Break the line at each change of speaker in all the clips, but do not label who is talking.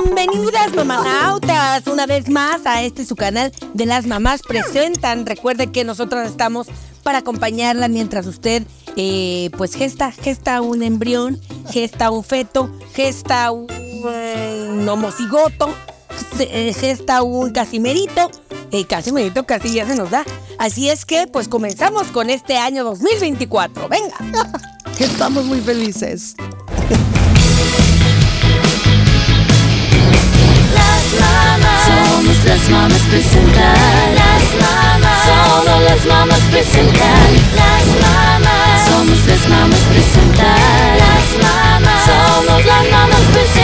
Bienvenidas mamanautas una vez más a este su canal de las mamás presentan. Recuerde que nosotras estamos para acompañarla mientras usted eh, pues gesta, gesta un embrión, gesta un feto, gesta un, eh, un homocigoto, se- eh, gesta un casimerito. Eh, casimerito casi ya se nos da. Así es que pues comenzamos con este año 2024. Venga.
Estamos muy felices.
Las mamas Somos las mamas presentar Las mamas Solo las mamas presentar Las mamas Somos las mamas presentar Las mamas Somos las mamas presentar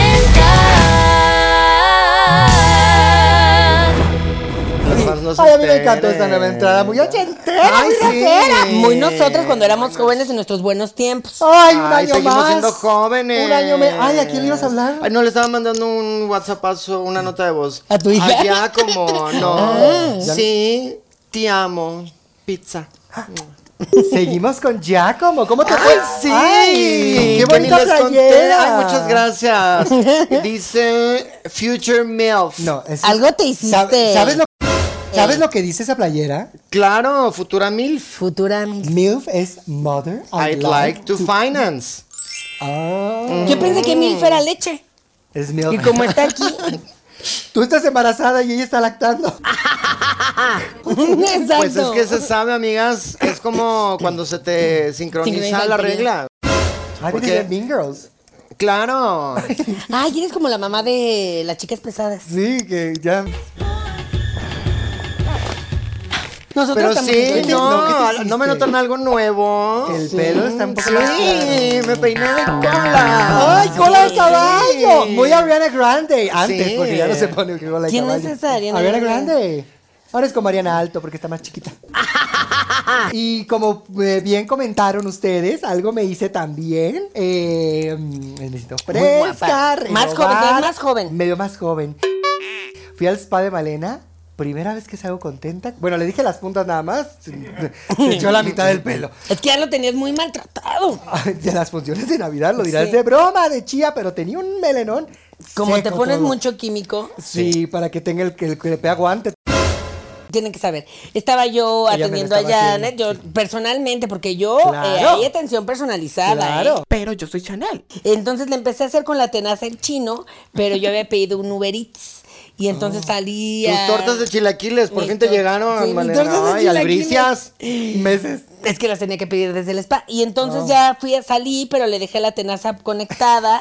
Ay, a mí me encantó esta nueva entrada, muy ochentera,
Ay,
muy
sí.
rockera.
Muy nosotros cuando éramos jóvenes en nuestros buenos tiempos.
Ay, un
Ay,
año
seguimos
más.
siendo jóvenes.
Un año me- Ay, ¿a quién le ibas a hablar?
Ay, no, le estaba mandando un WhatsAppazo, una nota de voz.
¿A tu hija?
Allá como,
Ah,
no. sí, te amo. Pizza.
Ah, Seguimos con Giacomo. ¿Cómo te fue? Ay,
que
qué bonita
ni les conté.
playera.
Ay, muchas gracias. Dice Future MILF.
No, es
Algo te hiciste. Eh.
Sab- ¿Sabes lo ¿Sabes lo que dice esa playera?
Claro, Futura MILF.
Futura mi-
MILF es mother I
I'd like to finance.
Ah,
Yo pensé que milf era leche.
es milf.
Y como está aquí,
Tú estás embarazada y ella está lactando.
exacto.
Pues es que se sabe, amigas, es como cuando se te sincroniza
Sincroniza
la
el periodo.
regla.
Ay,
¿Por
porque
qué?
es Mean Girls.
Claro.
Ay, eres como la mamá de las chicas pesadas.
Sí, que ya.
Nosotros
Pero sí,
también.
¿qué te- no, ¿qué te
no,
hiciste?
no me notan algo nuevo.
El pelo está un poco más
Sí, me peiné de cola.
¡Ay, cola de caballo! Muy Ariana Grande. Antes,
Sí.
porque ya no se pone cola de
¿Quién
caballo.
es esa Ariana Grande?
Grande? Ahora es como Ariana Alto, porque está más chiquita. Y como eh, bien comentaron ustedes, algo me hice también. Eh, mm, me necesito
guapa.
fresca,
Más
renovar.
joven, te ves más joven.
Me veo más joven. Fui al spa de Malena. Primera vez que salgo contenta. Bueno, le dije las puntas nada más. Se se echó la mitad del pelo.
Es que ya lo tenías muy maltratado.
De las funciones de Navidad lo dirás de broma, de chía, pero tenía un melenón.
Como
seco
te pones
todo.
mucho químico,
Sí, para que tenga el que, el que le pega guante.
tienen que saber. Estaba yo
Ella me lo
atendiendo a
estaba
Janet, yo
haciendo,
personalmente, porque yo
Claro.
eh, hay atención personalizada. ¿eh?
Claro.
Pero yo soy Chanel.
Entonces le empecé a hacer con la tenaza en chino, pero yo había pedido un Uber Eats. Y entonces salía.
Tus tortas de chilaquiles, por
Mis
fin te
tor-
llegaron,
sí, mis
Malena.
tortas de
Ay,
chilaquiles.
albricias.
Meses.
Es que las tenía que pedir desde el spa. Y entonces ya fui a salir, pero le dejé la tenaza conectada.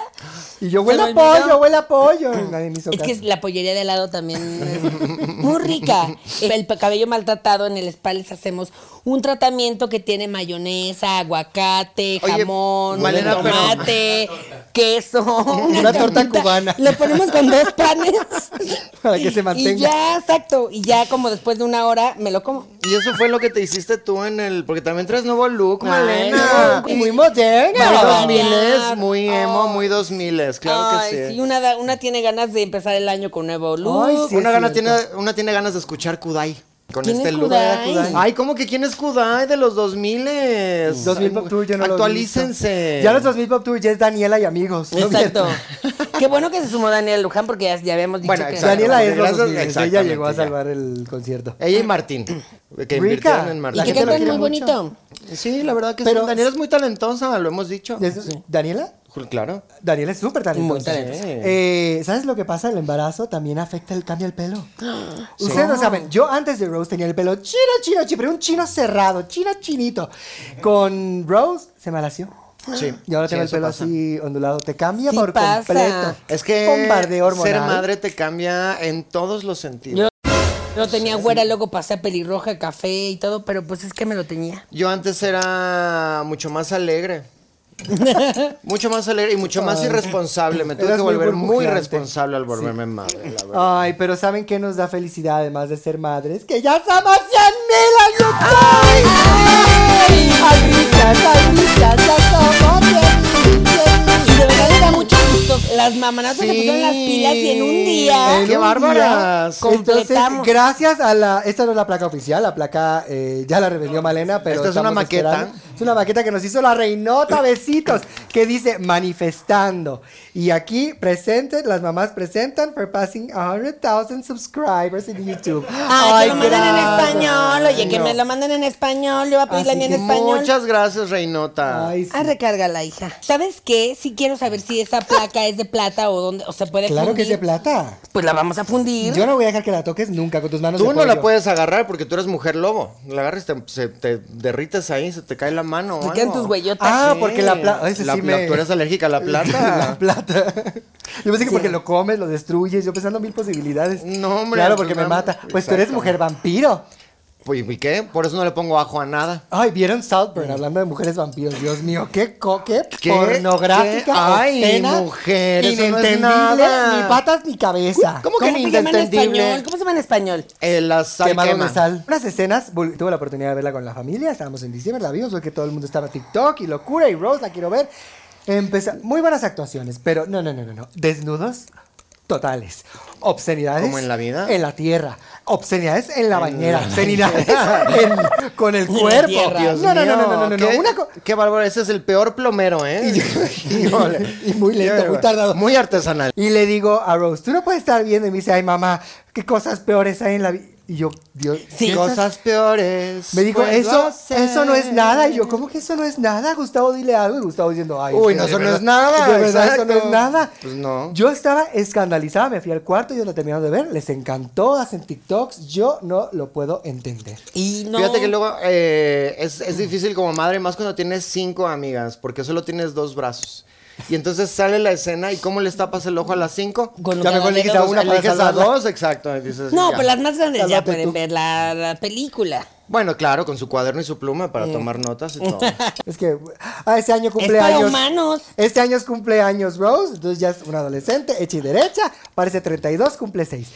Y yo
Se
huele
me
a
olvidó.
pollo, huele a pollo. Y Nadie me hizo
Es
caso.
que la pollería de helado también es muy rica. El pa- cabello maltratado en el spa les hacemos un tratamiento que tiene mayonesa, aguacate,
Oye,
jamón,
Malena, pero-
tomate, queso. Una,
torta
tortita.
cubana.
Le ponemos con dos panes.
Para que se mantenga.
Y ya, exacto. Y ya como después de una hora me lo como.
Y eso fue lo que te hiciste tú en el. Porque también traes nuevo look,
Ah,
Malena.
y muy moderno.
Muy
Para variar.
dos miles, muy emo, muy dos miles, claro
Ay,
que sí.
sí, una, da- una tiene ganas de empezar el año con nuevo look.
Ay, sí,
una,
es
gana tiene,
cierto.
una tiene ganas de escuchar Kudai con
¿Quién
este
es
look.
Kudai?
Ay, ¿cómo que quién es Kudai de los 2000?
2000 Pop Tour yo no lo he
Actualícense.
visto. Ya los 2000 Pop Tour ya es Daniela y amigos. ¿no?
Exacto. Qué bueno que se sumó Daniel Luján porque ya, ya habíamos dicho
Bueno,
que...
exacto.
Daniela es los
Gracias,
2000. Ella llegó a
exactamente, ya.
salvar el concierto.
Eh,
Ella y Martín, que invirtieron en
Y
La
que
Martín.
gente lo
cantan muy
quiere mucho.
bonito.
Sí, la verdad que
Pero-
sí. Daniela es muy talentosa, lo hemos dicho.
Eso- ¿Daniela?
Ju- Claro.
Daniela es súper talentosa.
Muy talentosa.
Eh, ¿Sabes lo que pasa? El embarazo también afecta el cambio del pelo. Ustedes no saben, yo antes de Rose tenía el pelo chino, chino, chino, pero un chino cerrado, chino, chinito. Con Rose se me alació.
Sí.
Y ahora
sí,
tengo el
eso
pelo
pasa.
así ondulado. Te cambia
Sí
por
pasa.
completo.
Es que
Bombardeo hormonal.
ser madre te cambia en todos los
Yo
sentidos.
lo tenía güera, luego pasé a pelirroja, café y todo, pero pues es que me lo tenía.
Yo antes era mucho más alegre. mucho más alegre y mucho más irresponsable. Me tuve
Eras
que
muy
volver muy
burbujeante.
responsable al volverme madre, la verdad.
Ay, pero ¿saben qué nos da felicidad además de ser madres? ¡Que ya somos 100 mil al ¡Ay, risas, ay, risas, ya somos 100,000, 100,000.
Y de verdad me da mucho gusto. Las mamanatas se
Sí.
pusieron las pilas y en un día.
En ¡Qué
un
bárbaras!
día. Entonces,
Completamos.
gracias a la. Esta no es la placa oficial, la placa eh, ya la revendió Malena, pero.
Esta es una
estamos
maqueta.
esperando. Es Es una maqueta que nos hizo la Reinota Besitos, que dice manifestando. Y aquí presenten, las mamás presentan for passing 100,000 subscribers en YouTube.
Ay, "Ah, que lo mandan en
gracias.
español. Oye, que
No.
me lo mandan en español. Yo voy a pedir la
Así
mía en
que
español.
Muchas gracias, Reinota.
Ay, sí.
Ah, recárgala, hija. ¿Sabes qué? Sí quiero saber si esa placa es de plata o dónde, o se puede
Claro
fundir.
que es de plata.
Pues la vamos a fundir.
Yo no voy a dejar que la toques nunca con tus manos.
Tú
de
no la
pollo.
puedes agarrar porque tú eres mujer lobo. La agarras, te, se- te derrites ahí, se te cae la mano. o
Te quedan
algo.
tus huellotas.
Ah,
Sí.
porque la plata. ese
La
sí
pla-
me-
Tú eres alérgica a la plata.
La plata. Yo pensé que porque lo comes, lo destruyes. Yo pensando mil posibilidades.
No, hombre,
Claro,
pues
porque me
no,
mata. Pues tú eres
exacto.
mujer vampiro.
Pues, ¿Y qué? Por eso no le pongo ajo a nada.
Ay, ¿vieron Southburn hablando de mujeres vampiros? Dios mío, qué, co- qué,
¿Qué? ¿Qué?
pornográfica,
Ay,
obscena,
mujer, eso no es
inentendible,
nada.
ni patas ni cabeza.
¿Cómo que
¿Cómo se llama en español?
inentendible?
¿Cómo se llama en español?
Eh, la sal
Quemado
quema.
de sal. Unas escenas, vol- tuve la oportunidad de verla con la familia, estábamos en diciembre, la vimos porque todo el mundo estaba TikTok y locura y Rose, la quiero ver. Empeza- muy buenas actuaciones, pero no, no, no, no, no. Desnudos totales. Obscenidades.
¿Como en la vida?
En la tierra. Obscenidades en la bañera. Obscenidades en- con el cuerpo.
Dios
no, no, no, no,
mío,
no, no, no.
Qué,
Una co-
qué bárbaro, ese es el peor plomero, ¿eh? Híjole.
y muy lento, muy tardado.
Muy artesanal.
Y le digo a Rose, tú no puedes estar viendo. Y me dice, ay, mamá, qué cosas peores hay en la vida. Y yo, Dios,
Sí,
cosas
cosas peores.
Me dijo,
puedo
eso,
hacer".
eso no es nada. Y yo, ¿cómo que eso no es nada? Gustavo, dile algo. Y Gustavo diciendo, ay.
Uy,
es
no,
que
eso
de
no es
verdad-
nada,
De verdad, eso no es
exacto.
nada.
Pues no.
Yo estaba escandalizada, me fui al cuarto, yo lo terminaron de ver, les encantó, hacen TikToks, yo no lo puedo entender.
Y no.
Fíjate que luego eh, es, es difícil como madre, más cuando tienes cinco amigas, porque solo tienes dos brazos. Y entonces sale la escena y cómo le tapas el ojo a las cinco.
Con un
Ya
cagadero.
mejor le Eliges
Eliges
a
a
una para salvarla.
dos, exacto. y dices,
No,
ya.
pues las más grandes ya
Sálvate
pueden
tú.
ver la, la película.
Bueno, claro, con su cuaderno y su pluma para tomar notas y todo.
Es que ah, este año
es para
cumpleaños.
humanos.
Este año es cumpleaños Rose, entonces ya es una adolescente, hecha y derecha, parece 32, cumple 6.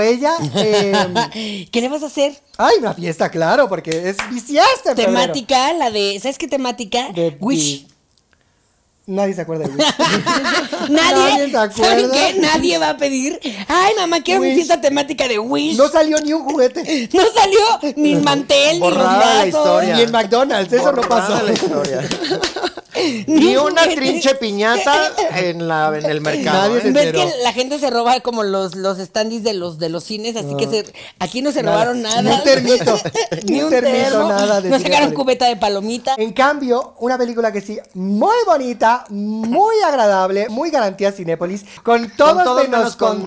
ella, eh,
¿Qué le vas a hacer?
ay, una fiesta, claro, porque es bisiesta. en febrero.
Temática, la de. ¿Sabes qué temática?
De
Wish.
Nadie se acuerda de Wish.
Nadie.
Nadie se acuerda.
¿Saben qué? Nadie va a pedir. Ay, mamá, quiero mi
Wish.
fiesta temática de Wish.
No salió ni un juguete.
No salió ni el mantel, ni los
Borrada la
brazos.
historia.
Ni en McDonald's, eso no
Borrada
pasó.
la historia. Ni una trinche piñata en, la, en el mercado.
Nadie
¿eh?
se
¿Ves
enteró.
que la gente se roba como los, los standees de los, de los cines? Así que se, aquí no se robaron nada.
Ah. Ni un termito,
ni un termo.
nada de
no sacaron
Cinépolis.
cubeta de palomita.
En cambio, una película que sí, muy bonita, muy agradable, muy garantía Cinépolis, con todos,
todos
menos,
menos
contigo.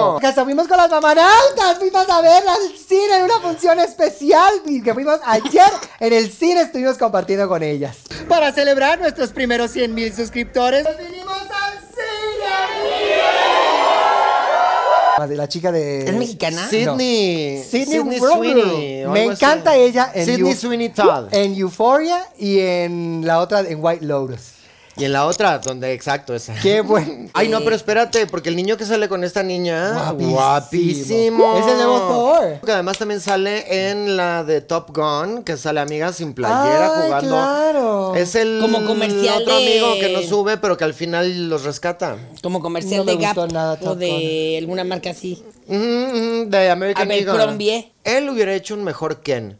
contigo.
Que hasta fuimos con las mamanautas, fuimos a ver al cine en una función especial y que fuimos ayer en el cine, estuvimos compartiendo con ellas. Para celebrar nuestros primeros 100 mil suscriptores, ¡nos vinimos al cine! La de La chica de...
¿Es mexicana?
Sidney.
Sidney
Sweeney.
Sweeney.
o
Me
algo así.
encanta ella en, Eh,
Sidney
Eu-
Sweeney Todd.
en Euphoria y en la otra en White Lotus.
Y en la otra, donde exacto esa.
Qué buen.
Ay, no, pero espérate, porque el niño que sale con esta niña.
Guapísimo.
Guapísimo.
Es el nuevo Thor.
Que además también sale en la de Top Gun, que sale amiga sin playera
Ay,
jugando.
Ah, claro.
Es el
Como comercial
otro
de-
amigo que no sube, pero que al final los rescata.
Como comercial
No me
de Gap
gustó nada,
o
Top
de alguna marca así.
Ujú, ujú, De American Eagle.
Abercrombie.
Él hubiera hecho un mejor Ken.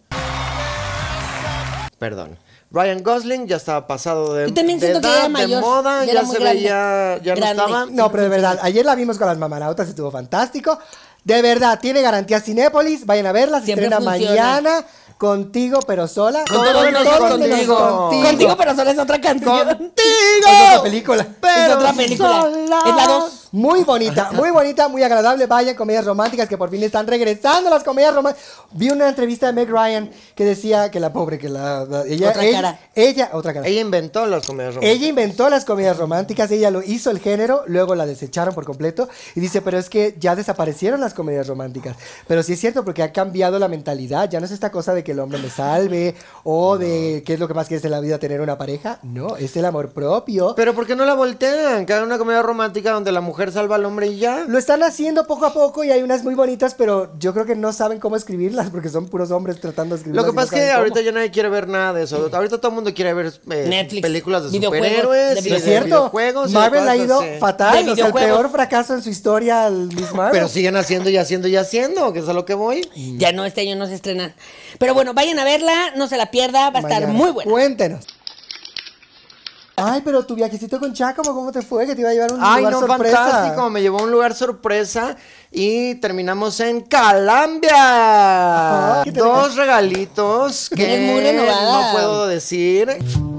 Perdón. Ryan Gosling ya estaba pasado de,
Y también
de
siento que
edad,
era mayor,
de
ya
moda, ya,
era muy
se
grande.
veía, ya no
Grande.
estaba.
No, pero de verdad, ayer la vimos con las mamanautas, estuvo fantástico. De verdad, tiene garantía Cinépolis, vayan a verla, se
Siempre
estrena
funciona.
mañana. Contigo, pero sola.
Con todos menos contigo.
contigo.
Contigo, pero solo es otra canción.
Es otra película.
Es otra película. Es la dos.
Muy bonita, muy bonita, muy agradable. Vayan comedias románticas que por fin están regresando las comedias románticas. Vi una entrevista de Meg Ryan que decía que la pobre, que la... la- Ella,
Otra
ella-
cara.
Ella, otra cara.
Ella inventó las comedias románticas.
Ella inventó las comedias románticas, ella lo hizo el género, luego la desecharon por completo y dice, pero es que ya desaparecieron las comedias románticas. Pero sí es cierto porque ha cambiado la mentalidad, ya no es esta cosa de que el hombre me salve o de qué es lo que más quieres en la vida tener una pareja, no, es el amor propio.
Pero ¿por qué no la voltean? Que hagan una comedia romántica donde la mujer salva al hombre y ya.
Lo están haciendo poco a poco y hay unas muy bonitas, pero yo creo que no saben cómo escribirlas porque son puros hombres tratando de escribirlas.
Lo que
y no
pasa es que
saben cómo.
ahorita ya nadie quiere ver nada de eso. Ahorita todo el mundo quiere ver eh,
Netflix,
películas de
videojuegos, de
superhéroes, y
No
videojuegos.
es
de
cierto,
videojuegos. y de
Marvel
cosas
ha ido
así.
fatal,
De
o sea, el
videojuegos.
peor fracaso en su historia, el Miss Marvel.
Pero siguen haciendo y haciendo y haciendo, que es a lo que voy.
Ya no, este año no se estrena. Pero bueno, vayan a verla, no se la pierda, va a estar
Mañana.
muy buena.
Cuéntenos. Ay, pero tu viajecito con Chaco, ¿cómo te fue? Que te iba a llevar a un
Ay,
lugar
no,
sorpresa.
fantástico. Me llevó a un lugar sorpresa y terminamos en Calambia.
Ay, qué
Dos regalitos que
Eres muy renovada.
no puedo decir.
Mm.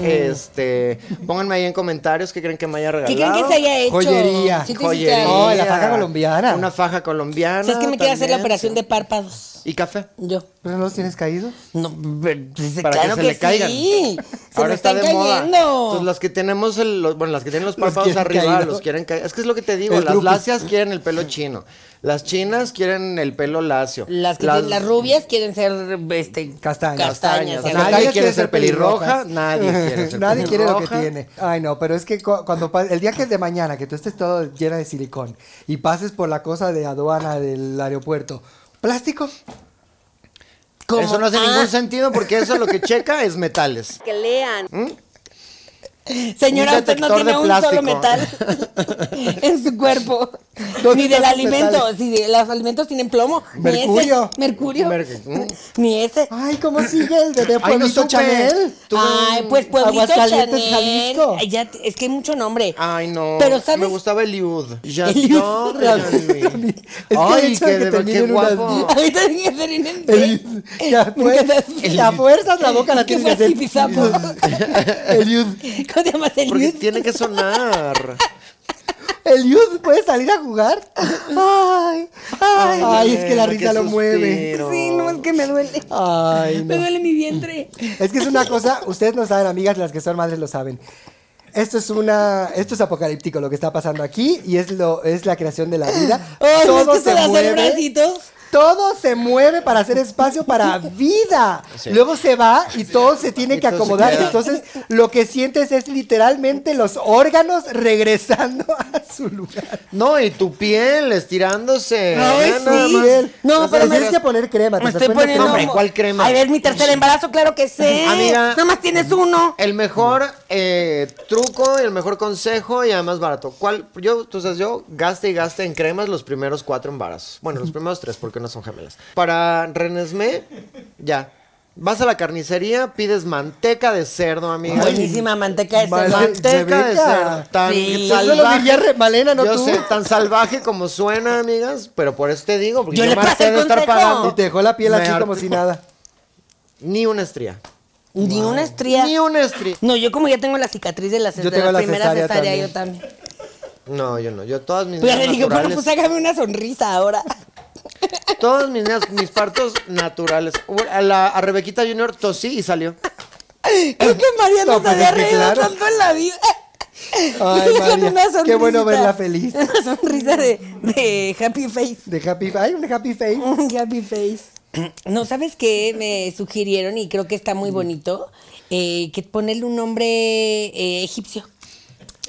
Este, pónganme ahí en comentarios qué creen que me haya regalado.
¿Qué creen que se haya hecho?
Joyería,
¿Sí te hiciste
Joyería.
algo?
Oh, la faja colombiana.
Una faja colombiana.
¿Sabes que me quiero hacer la
también.
operación de párpados?
¿Y café?
Yo.
¿Pero no los tienes caídos?
No, pero, pues,
Para
claro
que se le caigan.
sí. Se
Ahora
me
está
están
de moda.
cayendo.
Entonces, las que tenemos, el- los- bueno, las que tienen los
Los
párpados
quieren
arriba,
caído.
los quieren caer. Es que es lo que te digo,
El
las
truqui.
lacias quieren el pelo chino. Las chinas quieren el pelo lacio.
Las, que tienen- las rubias quieren ser este,
Castañas.
castañas.
O sea,
ajá.
nadie quiere ser pelirroja, nadie quiere ser
Nadie quiere lo que
pelirroja.
tiene. Ay, no, pero es que cu- cuando pa- el día que es de mañana, que tú estés todo llena de silicón y pases por la cosa de aduana del aeropuerto, plástico,
¿Cómo?
Eso no hace
Ah,
ningún sentido porque eso lo que checa es metales.
Que lean.
Señora,
Un
usted no
detector
tiene
de
un solo
plástico.
metal en su cuerpo.
¿Dónde
Ni
están
del
los
alimento.
metales?
Si de- los alimentos tienen plomo. ni ese.
Mercurio. Ah,
Mercurio.
Merc- mm.
Ni ese.
Ay, ¿cómo sigue el bebé
Ay, no
Pueblito
supe.
Chanel?
Tuve
Ay,
un-
pues Pueblito
Aguascalientes,
Chanel.
Jalisco.
Ay, ya te- es que hay mucho nombre.
Ay, no.
Pero sabes.
Me gustaba el Liud. Ya
El Liud.
no,
Es
ya ni-
que el
Ay,
hecho de que
qué, de-
termine
qué
en una-
guapo.
A mí también me salen en-
El- que a
Me encanta-
fuer- que a fuerzas la boca la
¿Qué
tiene
fue
que hacer-
zipizapo?
El yud.
¿Cómo te llamas el
Porque
youth?
tiene que sonar.
El yud puede salir a jugar. Ay, ay, ay, es que la
Bueno, qué
risa lo mueve.
suspiro.
Sí, no, es que me duele.
Ay,
Me
no.
duele mi vientre.
Es que es una cosa, ustedes no saben, amigas, las que son madres lo saben. Esto es una, esto es apocalíptico lo que está pasando aquí y es lo, es la creación de la vida.
Ay, ¿no es que se le hace el bracito?
Todo se mueve para hacer espacio para vida. Luego se va y todo se tiene que
Y todo se
acomodar.
queda.
Entonces, lo que sientes es literalmente los órganos regresando a su lugar.
No, y tu piel estirándose.
Ay,
Ya nada
sí.
más.
Bien.
No,
Te
pero me-
tienes que poner crema. te
Me
estás
estoy poniendo.
crema.
hombre, ¿cuál crema?
A ver, mi tercer embarazo, claro que sé.
Amiga.
Nada más tienes uno.
El mejor eh, truco, el mejor consejo y además barato. ¿Cuál? Yo, tú sabes, yo gaste y gaste en cremas los primeros cuatro embarazos. Bueno, los primeros tres, porque no son gemelas. Para Renesme, ya. Vas a la carnicería, pides manteca de cerdo, amiga.
Buenísima manteca de
Vale.
cerdo.
Manteca de
Rebeca.
cerdo. Tan
Sí.
salvaje.
Eso lo diría Re- Malena, ¿no
yo
tú?
sé, tan salvaje como suena, amigas, pero por eso te digo, porque
Yo
yo,
le
me
pasé
harté
el
de estar
consejo.
pagando.
Y te dejó la piel
Me
así como
harté-
si nada.
Ni una estría.
Ni una estría.
Ni una estría.
No, yo como ya tengo la cicatriz de la,
Yo
de
tengo la
primera
cesárea
cesárea,
también.
yo también.
No, yo no. Yo todas mis
Pero le
niñas
dije, bueno,
naturales.
pues hágame una sonrisa ahora.
Todas mis niñas- mis partos naturales. Bueno, A, la, a Rebequita Junior tosí y salió.
Creo que María no,
No, pues
se había
es que
reído
claro.
tanto en la vida.
Ay,
Y con
María,
una
qué bueno
sonrisita.
verla feliz.
Una sonrisa de, de happy face.
De happy, ay, un happy face.
happy face. No, ¿sabes qué? Me sugirieron y creo que está
Mm.
muy bonito eh, que ponerle un nombre eh, egipcio.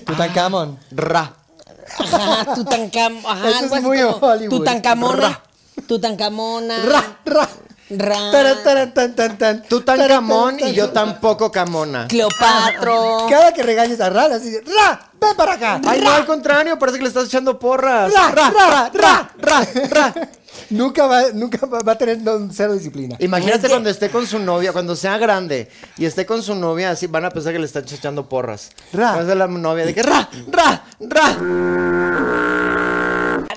Tutankamón.
Ra.
Ajá, Tutankamón. Ajá,
Eso es
algo así
muy
como
Hollywood.
Tutankamona.
Ra.
Tutankamona.
Ra, ra.
Ra.
Taran, taran, tan, tan, tan.
Tú tan
Taran,
camón
taran,
y yo
tan,
tampoco camona.
Cleopatro.
Cada que regañes a Ra, le haces Ra, ven para acá.
Ay, no, al contrario, parece que le estás echando porras.
Ra, ra, ra, ra,
ra, ra.
Nunca va, nunca va va a tener no, cero disciplina.
Imagínate cuando esté con su novia, cuando sea grande y esté con su novia, así van a pensar que le están echando porras.
Ra.
Va a ser la novia de que ra, ra, ra.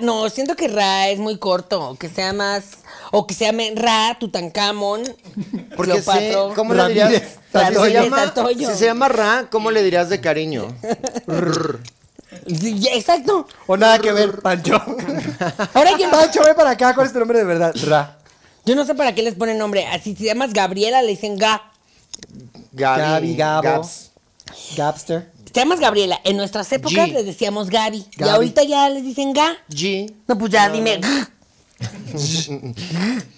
No, siento que Ra es muy corto. Que sea más. O que se llame Ra, Tutankamón.
Porque sí,
Cleopatro.
¿cómo le
Ramírez,
dirías? si, se
Ramírez
llama,
Atoyo.
si se llama ra, ¿cómo le dirías de cariño?
Sí, ya, exacto.
O nada que ver, Pancho.
Ahora yo no,
Pancho, ven para acá, ¿cuál es tu nombre de verdad? Ra.
yo no sé para qué les ponen nombre. Así si te llamas Gabriela, le dicen Ga.
Gaby, Gabo.
Gabs.
Gabster.
Si te llamas Gabriela. En nuestras épocas
G.
les decíamos Gaby. Y
Gaby.
ahorita ya les dicen Ga.
G.
No, pues ya dime. "G".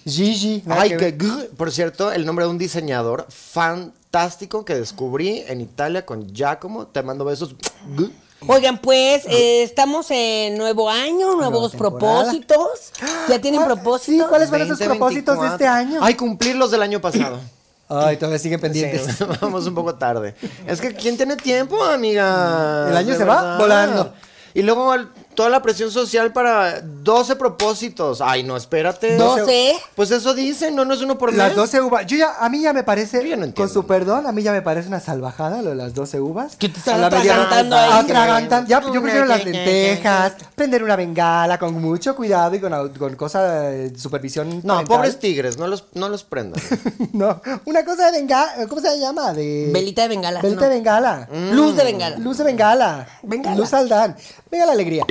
Gigi. nada
Ay,
que
que
ver.
gr- por cierto, el nombre de un diseñador fantástico que descubrí en Italia con Giacomo. Te mando besos. Gr-
Oigan, pues eh, estamos en nuevo año, nuevos
temporada.
propósitos. ¿Ya tienen
Ah, Sí,
propósitos?
¿cuáles fueron sus
20,
propósitos de
24.
este año?
Ay, cumplir los del año pasado.
Ay, todavía siguen
Sí,
pendientes.
vamos un poco tarde. Es que ¿quién tiene tiempo, amiga?
El año
De
se va volando.
Y luego al- toda la presión social para 12 propósitos. Ay, no, espérate.
No.
¿12?
Pues eso dicen, no, no es uno por mes.
Las 12 uvas. Yo ya, a mí ya me parece,
Yo ya no
con
entiendo.
su perdón, a mí ya me parece una salvajada lo de las 12 uvas.
Que te están
A la media- Ah,
atragantando ahí.
Atragantan- Ya, yo prefiero las lentejas, prender una bengala con mucho cuidado y con, au- con cosa de supervisión.
No,
parental.
pobres tigres, no los, no los prendan.
no, una cosa de bengala. ¿Cómo se llama? De...
Velita de bengala.
Velita
no.
de bengala.
Luz de bengala.
Luz de bengala.
Bengala.
Luz Aldán. Venga la alegría.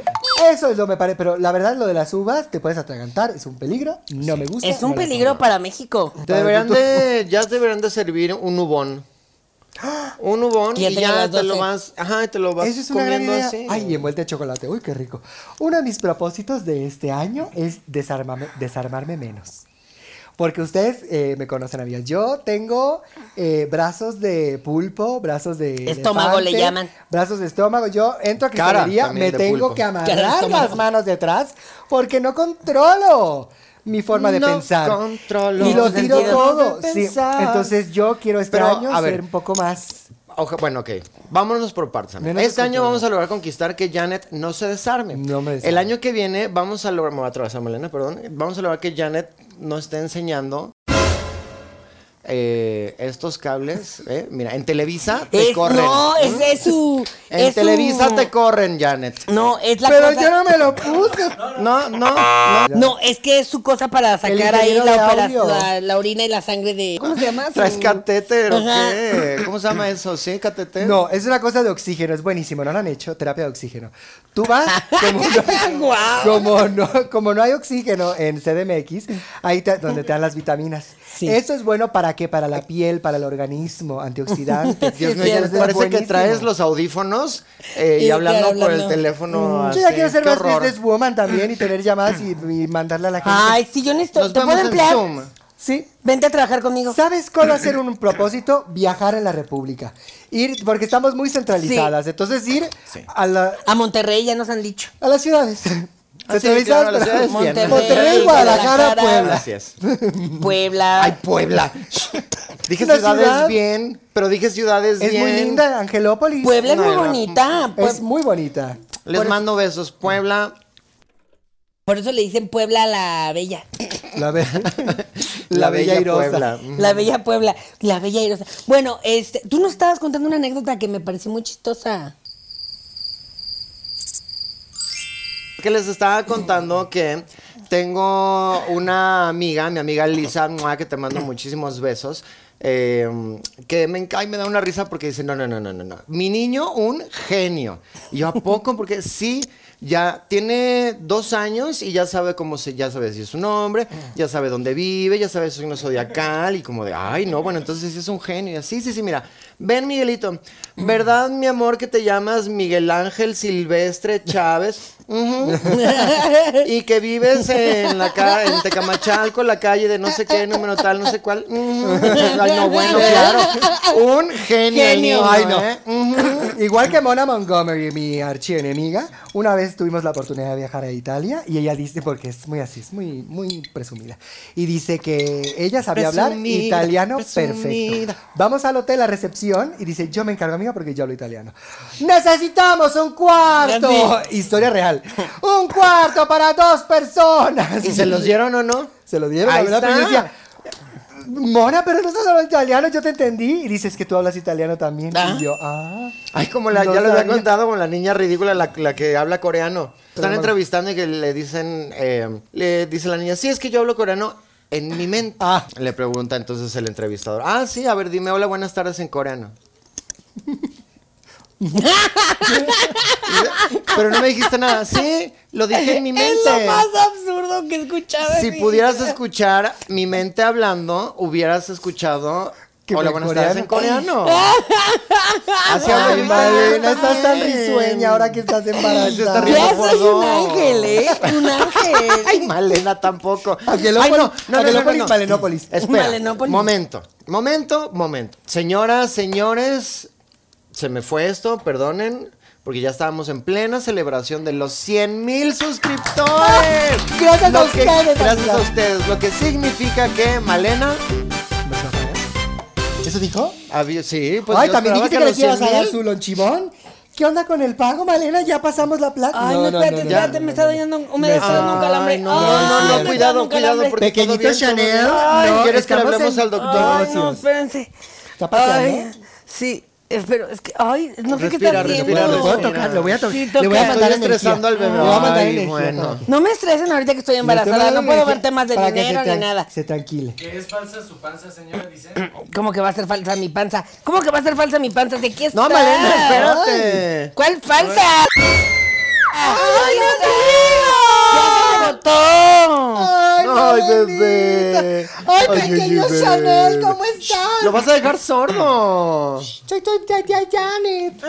Eso es lo me parece. Pero la verdad, lo de las uvas, te puedes atragantar. Es un peligro. No me gusta.
Es
no
un
lo
peligro para México.
Te deberían de, ya deberían de servir un ubón. Un ubón
Que
y
ya
ya,
tenga las
te lo
12.
vas, ajá, te lo vas
Eso es una gran
comiendo
idea.
así.
Ay, em- envuelta de chocolate. Uy, qué rico. Uno de mis propósitos de este año es desarmarme, desarmarme menos. Porque ustedes eh, me conocen, amigas. Yo tengo eh, brazos de pulpo, brazos de.
Estómago le
elefante,
llaman.
Brazos de estómago. Yo entro a
Cara
cristalería,
también
me
de
tengo
pulpo.
que
Cara
de
amarrar
estómago.
las manos detrás porque no controlo mi forma de
No
pensar.
controlo
y lo
mi
tiro
forma
todo.
de
sí.
pensar.
Entonces yo quiero este
Pero,
año
a ver.
ser un poco más.
Oja- bueno, ok. Vámonos por partes. amigo.
Menos
Este año
descontrol.
vamos a lograr conquistar que Janet no se desarme.
No me desarme.
El año que viene vamos a lograr. Me voy a atravesar, Malena, perdón. Vamos a lograr que Janet no esté enseñando. eh, estos cables, eh. mira, en Televisa te
Es-
corren. ¿Mm?
no, es, es su.
en
es su-
Televisa te corren, Janet.
No, es la
Pero
cosa.
yo no me lo puse.
No, no, no.
No, es que es su cosa para sacar ahí
ingeniero
la,
de
opera-
audio.
la, la orina y la sangre de. ¿Cómo se llama?
¿Traes
Su-
catéter o
Ajá.
qué? ¿Cómo se llama eso? ¿Sí, catéter?
No, es una cosa de oxígeno, es buenísimo, no lo han hecho, terapia de oxígeno. Tú vas, como no,
Guau.
como no, como no hay oxígeno en CDMX, ahí te- donde te dan las vitaminas.
Sí.
Eso es bueno para qué, para la piel, para el organismo, antioxidantes.
Dios
Sí,
mío,
es
ya
cierto,
parece que
buenísimo.
traes los audífonos eh,
Y
y, hablando,
claro,
por el
hablando.
Yo
teléfono. así.
ya quiero ser
Ah, Qué
más
horror.
businesswoman también y tener llamadas y, y mandarle a la gente.
Ay, sí, yo necesito.
Nos
¿Te puedo
vemos en
emplear?
Zoom.
Sí.
Vente a trabajar conmigo.
¿Sabes cuál va a ser un propósito? Viajar en la República. Ir, porque estamos muy centralizadas. Entonces ir a la,
A Monterrey ya nos han dicho.
A las ciudades.
Ah, sí,
Centralizadas,
claro, a las
pero-
ciudades
Monterrey,
bien.
Monterrey,
Guadalajara,
Guadalajara.
Puebla.
Gracias.
Puebla.
Ay, Puebla.
Dije
Una
ciudades
ciudad-
bien, pero dije ciudades
Es
bien.
muy linda, Angelópolis.
Puebla es
No,
muy
no.
bonita.
pues,
Pue-
Es muy bonita.
Les mando besos. Puebla,
Por eso le dicen Puebla la Bella.
La, be-
la, bella,
Irosa.
Puebla.
La Bella Puebla. La Bella Irosa. Bueno, este, tú nos estabas contando una anécdota que me pareció muy chistosa.
Que les estaba contando que tengo una amiga, mi amiga Lisa, mua, que te mando muchísimos besos. eh, que me, enca- ay, me da una risa porque dice, no, no, no, no, no, no. Mi niño, un genio. Y yo, ¿a poco? Porque sí, ya tiene dos años y ya sabe cómo se, ya sabe decir su nombre, ya sabe dónde vive, ya sabe su signo zodiacal y como de, ay, no, bueno, entonces sí es un genio. Y así, sí, sí, mira, ven Miguelito, ¿verdad, mi amor, que te llamas Miguel Ángel Silvestre Chávez? Ujú. Y que vives en la ca- en Tecamachalco, la calle de no sé qué, número tal, no sé cuál. Ujú. Ay, no, bueno, claro. Un genio. el
Genio.
niño,
Ay, no.
¿eh? Ujú.
Igual que Mona Montgomery, mi archienemiga, una vez tuvimos la oportunidad de viajar a Italia y ella dice, porque es muy así, es muy, muy presumida, y dice que ella sabía hablar
Presumida,
italiano perfecto.
presumida.
Vamos al hotel a recepción y dice, yo me encargo, amiga, porque yo hablo italiano. ¡Necesitamos un cuarto! Historia real. ¡Un cuarto para dos personas!
¿Y se los dieron o no?
Se lo dieron, la
Ahí
verdad, pero yo
está.
decía, Mona, pero no estás hablando italiano, yo te entendí. Y dices que tú hablas italiano también.
Ah.
Y yo, ah.
Ay, como la,
No
ya lo había
sabía.
contado con la niña ridícula, la, la que habla coreano.
Pero
Están
no-
entrevistando y que le dicen, eh, le dice la niña, sí, es que yo hablo coreano en mi mente.
Ah.
Le pregunta entonces el entrevistador, ah, sí, a ver, dime, hola, buenas tardes en coreano. Pero no me dijiste nada, sí, lo dije en mi mente.
Es lo más absurdo que he escuchado. en
Si
mi
pudieras
vida.
escuchar mi mente hablando, hubieras escuchado.
Que
Hola,
fue
buenas
coreano.
tardes en coreano. Así hablo
Ay,
yo
Malena,
también.
estás tan risueña ahora que estás
se está
embarazada.
riendo.
Ya soy
Gordo.
un ángel, ¿eh? Un ángel.
Ay, Malena tampoco.
Angelópolis,
Ay, no, no, no, no,
Angelópolis,
no.
Malenópolis.
Espera.
Malenópolis.
Momento, momento, momento. Señoras, señores, se me fue esto, perdonen, porque ya estábamos en plena celebración de los 100 mil suscriptores.
Gracias
Lo
a
que-
ustedes,
Gracias a
amigas.
ustedes. Lo que significa que Malena.
¿Eso dijo?
había- sí, pues.
Ay,
yo
también
esperaba pues,
dijiste que, les ibas
los
a
100,000
dar su lonchibón. ¿Qué onda con el pago, Malena? Ya pasamos la plata.
Ay, no, espérate, espérate, me está dañando, un- me está dando un calambre.
Ay, Ah, no, no,
Ay,
no,
me está dando
cuidado,
un calambre.
cuidado. Porque
Pequeñito
todavía estamos-
Chanel,
Ay,
no,
¿Quieres que le
estamos
hablemos
en-
al doctor?
Ay, no,
Negocios.
espérense.
¿Está pateando?
Ay, sí, eh, pero es que, ay, no sé qué
Respira,
está
respira,
haciendo.
Lo puedo tocar, lo voy a tocar. Le voy a
toca.
mandar
Estoy estresando
energía.
al bebé.
Le voy a mandar
Ay,
energía.
bueno.
para-
No me estresen ahorita que estoy
Le estoy
embarazada,
mandando
no puedo ver
energía
temas de
para que se
dinero ni
tran-
nada.
Se tranquile.
Que es falsa su panza, señora, dice.
¿Cómo que va a ser falsa mi panza? ¿Cómo que va a ser falsa mi panza? ¿De qué está?
No, Malena, espérate.
¿Cuál falsa? ¡Ay, no te digo!
Ay,
Ay,
Malenita.
bebé.
Ay,
Ay,
pequeño
bebé.
Chanel, ¿cómo estás?
Lo vas a dejar sordo.
Soy tu tía Janet.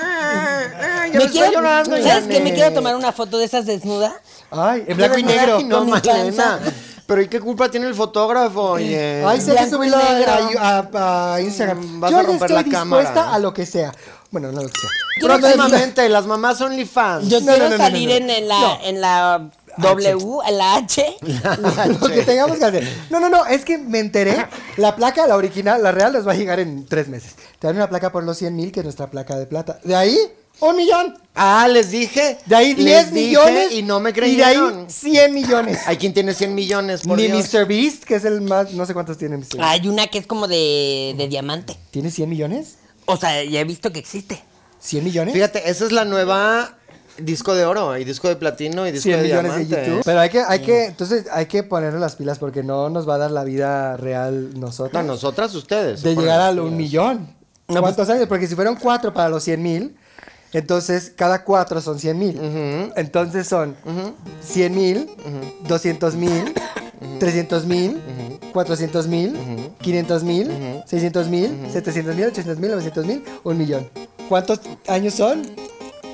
Ay,
Me quiero, ¿Sabes qué? Me
Janet.
quiero tomar una foto de esas desnuda.
Ay, en blanco y
Ay,
negro.
No,
con mi
Malena.
panza.
Pero ¿y qué culpa tiene el fotógrafo? Oye.
Ay, se que
Blanco y
subirlo
negro.
a, a- a Instagram.
Mm, vas
Yo
a
le
romper
estoy
la cámara.
dispuesta a lo que sea. Bueno, no lo que sea.
Próximamente, las mamás OnlyFans.
Yo
No,
quiero
no, no, no,
salir
no, no.
En, en la, en la W, en la H.
lo que tengamos que hacer. No, no, no, es que me enteré. La placa, la original, la real, nos va a llegar en tres meses. Te dan una placa por los 100 mil, que es nuestra placa de plata. De ahí, un millón.
Ah, les dije.
De ahí, 10
Les dije
millones.
Y no me
Y de ahí,
creyeron.
100 millones.
Hay quien tiene 100 millones, por
Ni
Dios. Ah,
Mr. Beast, que es el más. No sé cuántos tiene Mr. Beast.
Hay una que es como de, de diamante.
¿Tiene 100 millones?
O sea, ya he visto que existe.
¿100 millones?
Fíjate, esa es la nueva disco de oro y disco de platino y disco
100
de
millones
diamante.
de YouTube. Pero hay que, hay que, entonces hay que ponerle las pilas porque no nos va a dar la vida real
No,
nosotros.
nosotras, ustedes.
de
Por
llegar
las
al un
pilas.
millón.
pues
¿Cuántos años? Porque si fueron cuatro para los 100 mil, entonces cada cuatro son 100 mil. Entonces son 100 mil, 200 mil, 300 mil, 400 mil, 500 mil, 600 mil, 700 mil, 800 mil, 900 mil, un millón. ¿Cuántos años son?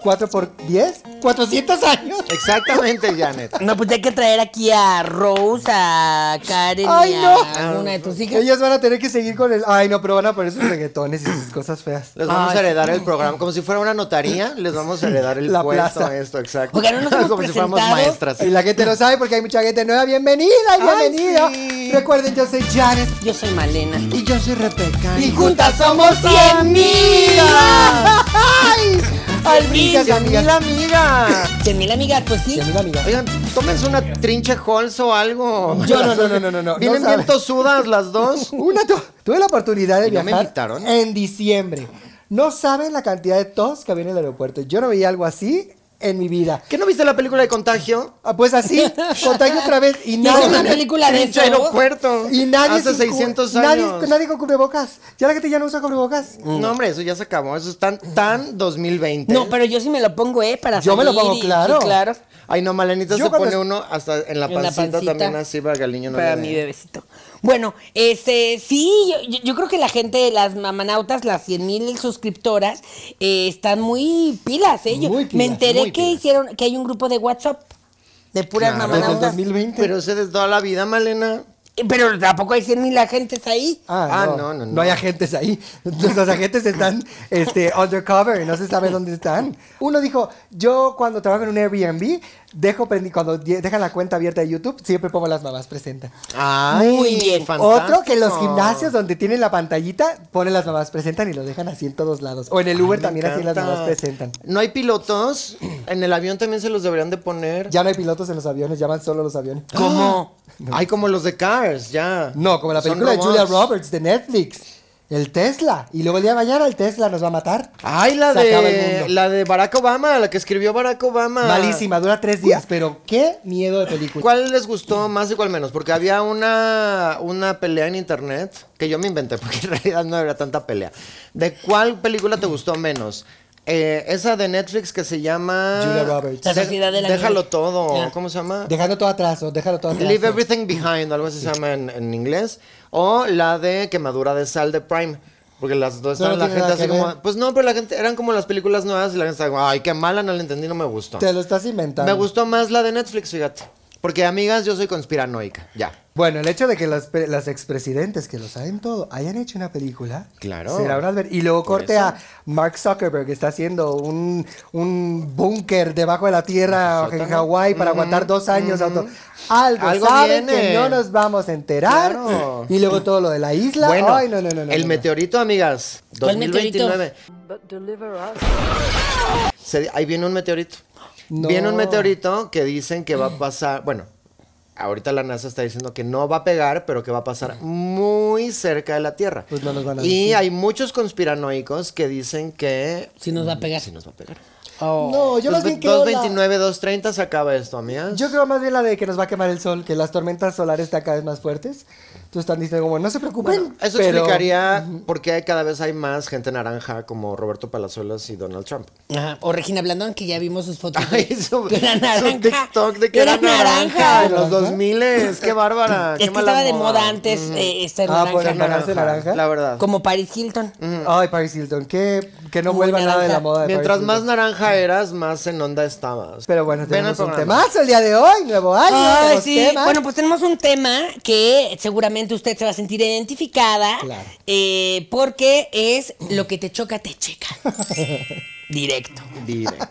¿4 por 10? ¡400 años!
Exactamente, Janet.
No, pues hay que traer aquí a Rose, a Karen
Ay,
y a
no.
alguna de tus hijas.
Ellas van a tener que seguir con el. Ay, no, pero van a poner sus reggaetones y sus cosas feas.
Les vamos a heredar el programa. Como si fuera una notaría, les vamos a heredar el
La
puesto.
plaza.
Esto, exacto.
Oigan, ¿no nos hemos
Como si fuéramos
presentado?
maestras.
Y la gente no sabe porque hay mucha gente nueva. Bienvenida y
Ay,
bienvenido.
sí.
Recuerden, yo soy Janet.
Yo soy Malena.
Y yo soy Rebeca.
Y juntas somos 100 mil. ¡Ay! Amigas,
amiga.
amigas.
amiga.
Cien mil amigas, pues sí.
100 mil, amigas.
Oigan, tómense una trinche Halls o algo.
Yo no, no, no, no, no, no.
Vienen
No saben.
bien tosudas las dos.
Una tu- tuve la oportunidad de
¿Y no
viajar
me invitaron?
en diciembre. No saben la cantidad de tos que había en el aeropuerto. Yo no veía algo así en mi vida.
¿Qué no viste la película de contagio?
Ah, Pues así, contagio otra vez y
¿Y es una
nadie.
película de
Pinche
eso?
aeropuerto.
Y nadie
Hace
sin cu-
600
nadie-
años.
Nadie, con cubrebocas. Ya la gente ya no usa cubrebocas.
No, hombre, eso ya se acabó. Eso es tan, tan 2020.
No, pero yo sí me lo pongo, ¿eh? Para
Yo me lo
salir
pongo,
y-
claro.
sí, claro.
Ay, no, Malenita
Yo
se
cuando
pone
es-
uno hasta en la,
En la
pancita,
pancita.
también así para que al niño no
para
le dé.
mi bebecito. Bueno, este, sí, yo, yo- yo creo que la gente, las mamanautas, las 100 mil suscriptoras, eh, están muy pilas, ¿eh? Yo
Muy
me
pilas,
enteré
muy
que
pilas.
hicieron, que hay un grupo de WhatsApp de puras
Claro.
Desde el
mamanautas.
2020.
Pero ese de toda la vida, Malena.
Eh, Pero tampoco hay 100 mil agentes ahí.
Ah,
Ah,
no.
no, no, no.
hay agentes ahí. Los agentes están este, undercover, no se sabe dónde están. Uno dijo, yo cuando trabajo en un Airbnb, dejo prendi- cuando die- dejan la cuenta abierta de YouTube, siempre pongo las mamás presenta.
Ay,
Muy bien.
Otro que en los gimnasios
Ay,
donde tienen la pantallita, ponen las mamás presentan y lo dejan así en todos lados. O en el
me
Uber también así las
encanta.
mamás presentan.
No hay pilotos. En el avión también se los deberían de poner.
Ya no hay pilotos en los aviones, llaman solo los aviones.
¿Cómo? Ay, como los de Cars, ya.
No, como la
Son
película de Julia
robots.
Roberts de Netflix. El Tesla. Y luego el día de mañana el Tesla nos va a matar.
Ay, la
Se acaba el
de,
mundo.
la de Barack Obama, la que escribió Barack Obama.
Malísima, dura tres días, pero qué miedo de película.
¿Cuál les gustó más y cuál menos? Porque había una, una pelea en internet que yo me inventé porque en realidad no había tanta pelea. ¿De cuál película te gustó menos? Eh, esa de Netflix que se llama...
Julia Roberts.
La
De-
Sociedad del Ángel.
Déjalo todo.
Ya.
¿Cómo se llama?
Dejando todo atrás, o déjalo todo atrás.
Leave
¿no?
Everything Behind, algo así se llama en, en inglés. O la de Quemadura de Sal de Prime. Porque las dos
No, no
están la
tiene
gente
nada
así
que
como...
ver.
Pues no, pero la gente... Eran como las películas nuevas y la gente estaba como... Ay, qué mala, no la entendí, no me gustó.
Te lo estás inventando.
Me gustó más la de Netflix, fíjate. Porque, amigas, yo soy conspiranoica. Ya.
Bueno, el hecho de que las, pre- las expresidentes, que lo saben todo, hayan hecho una película.
Claro.
será un adver- Y luego
Por
corte
eso.
a Mark Zuckerberg, que está haciendo un, un búnker debajo de la tierra en
Sótano.
Hawái para aguantar dos años. auto- Algo,
Algo
saben
viene.
que no nos vamos a enterar.
Claro.
Y luego todo lo de la isla.
Bueno,
Ay, no, no, no, no,
el
no.
meteorito, amigas.
¿Cuál meteorito?
2029. Se- ahí viene un meteorito.
No.
Viene un meteorito que dicen que va a pasar. Bueno, ahorita la NASA está diciendo que no va a pegar, pero que va a pasar muy cerca de la Tierra.
Pues no nos van a
y
decir.
hay muchos conspiranoicos que dicen que.
Si nos va a pegar.
Sí nos va a pegar.
Oh.
No, yo más bien creo. la-
229, 230 se acaba esto, amigas.
Yo creo más bien la de que nos va a quemar el sol, que las tormentas solares están cada vez más fuertes. Tú están diciendo como, no se preocupen.
Eso
pero-
explicaría por qué cada vez hay más gente naranja como Roberto Palazuelos y Donald Trump.
Ajá, O Regina Blandón, que ya vimos sus fotos.
Ay,
de-
su,
que era
su
naranja.
TikTok de que era, naranja en los 2000 Qué bárbara.
Es
qué
que
mala
estaba de moda
moda
antes eh, esta
Ah, por
naranja.
embarazarse naranja.
La verdad. Mm.
Como Paris Hilton.
Ay, Paris Hilton, que, que no
Muy
vuelva nada de
naranja.
la moda de
Mientras
Paris
más
Hilton.
naranja eras, más en onda estabas.
Pero bueno,
Ven al
tenemos un
programa.
temazo el día de hoy, nuevo año,
Ah,
Ay,
nuevos
sí.
temas.
Bueno, pues tenemos un tema que seguramente usted se va a sentir identificada.
Claro.
eh, porque es lo que te choca, te checa. Directo.
Directo.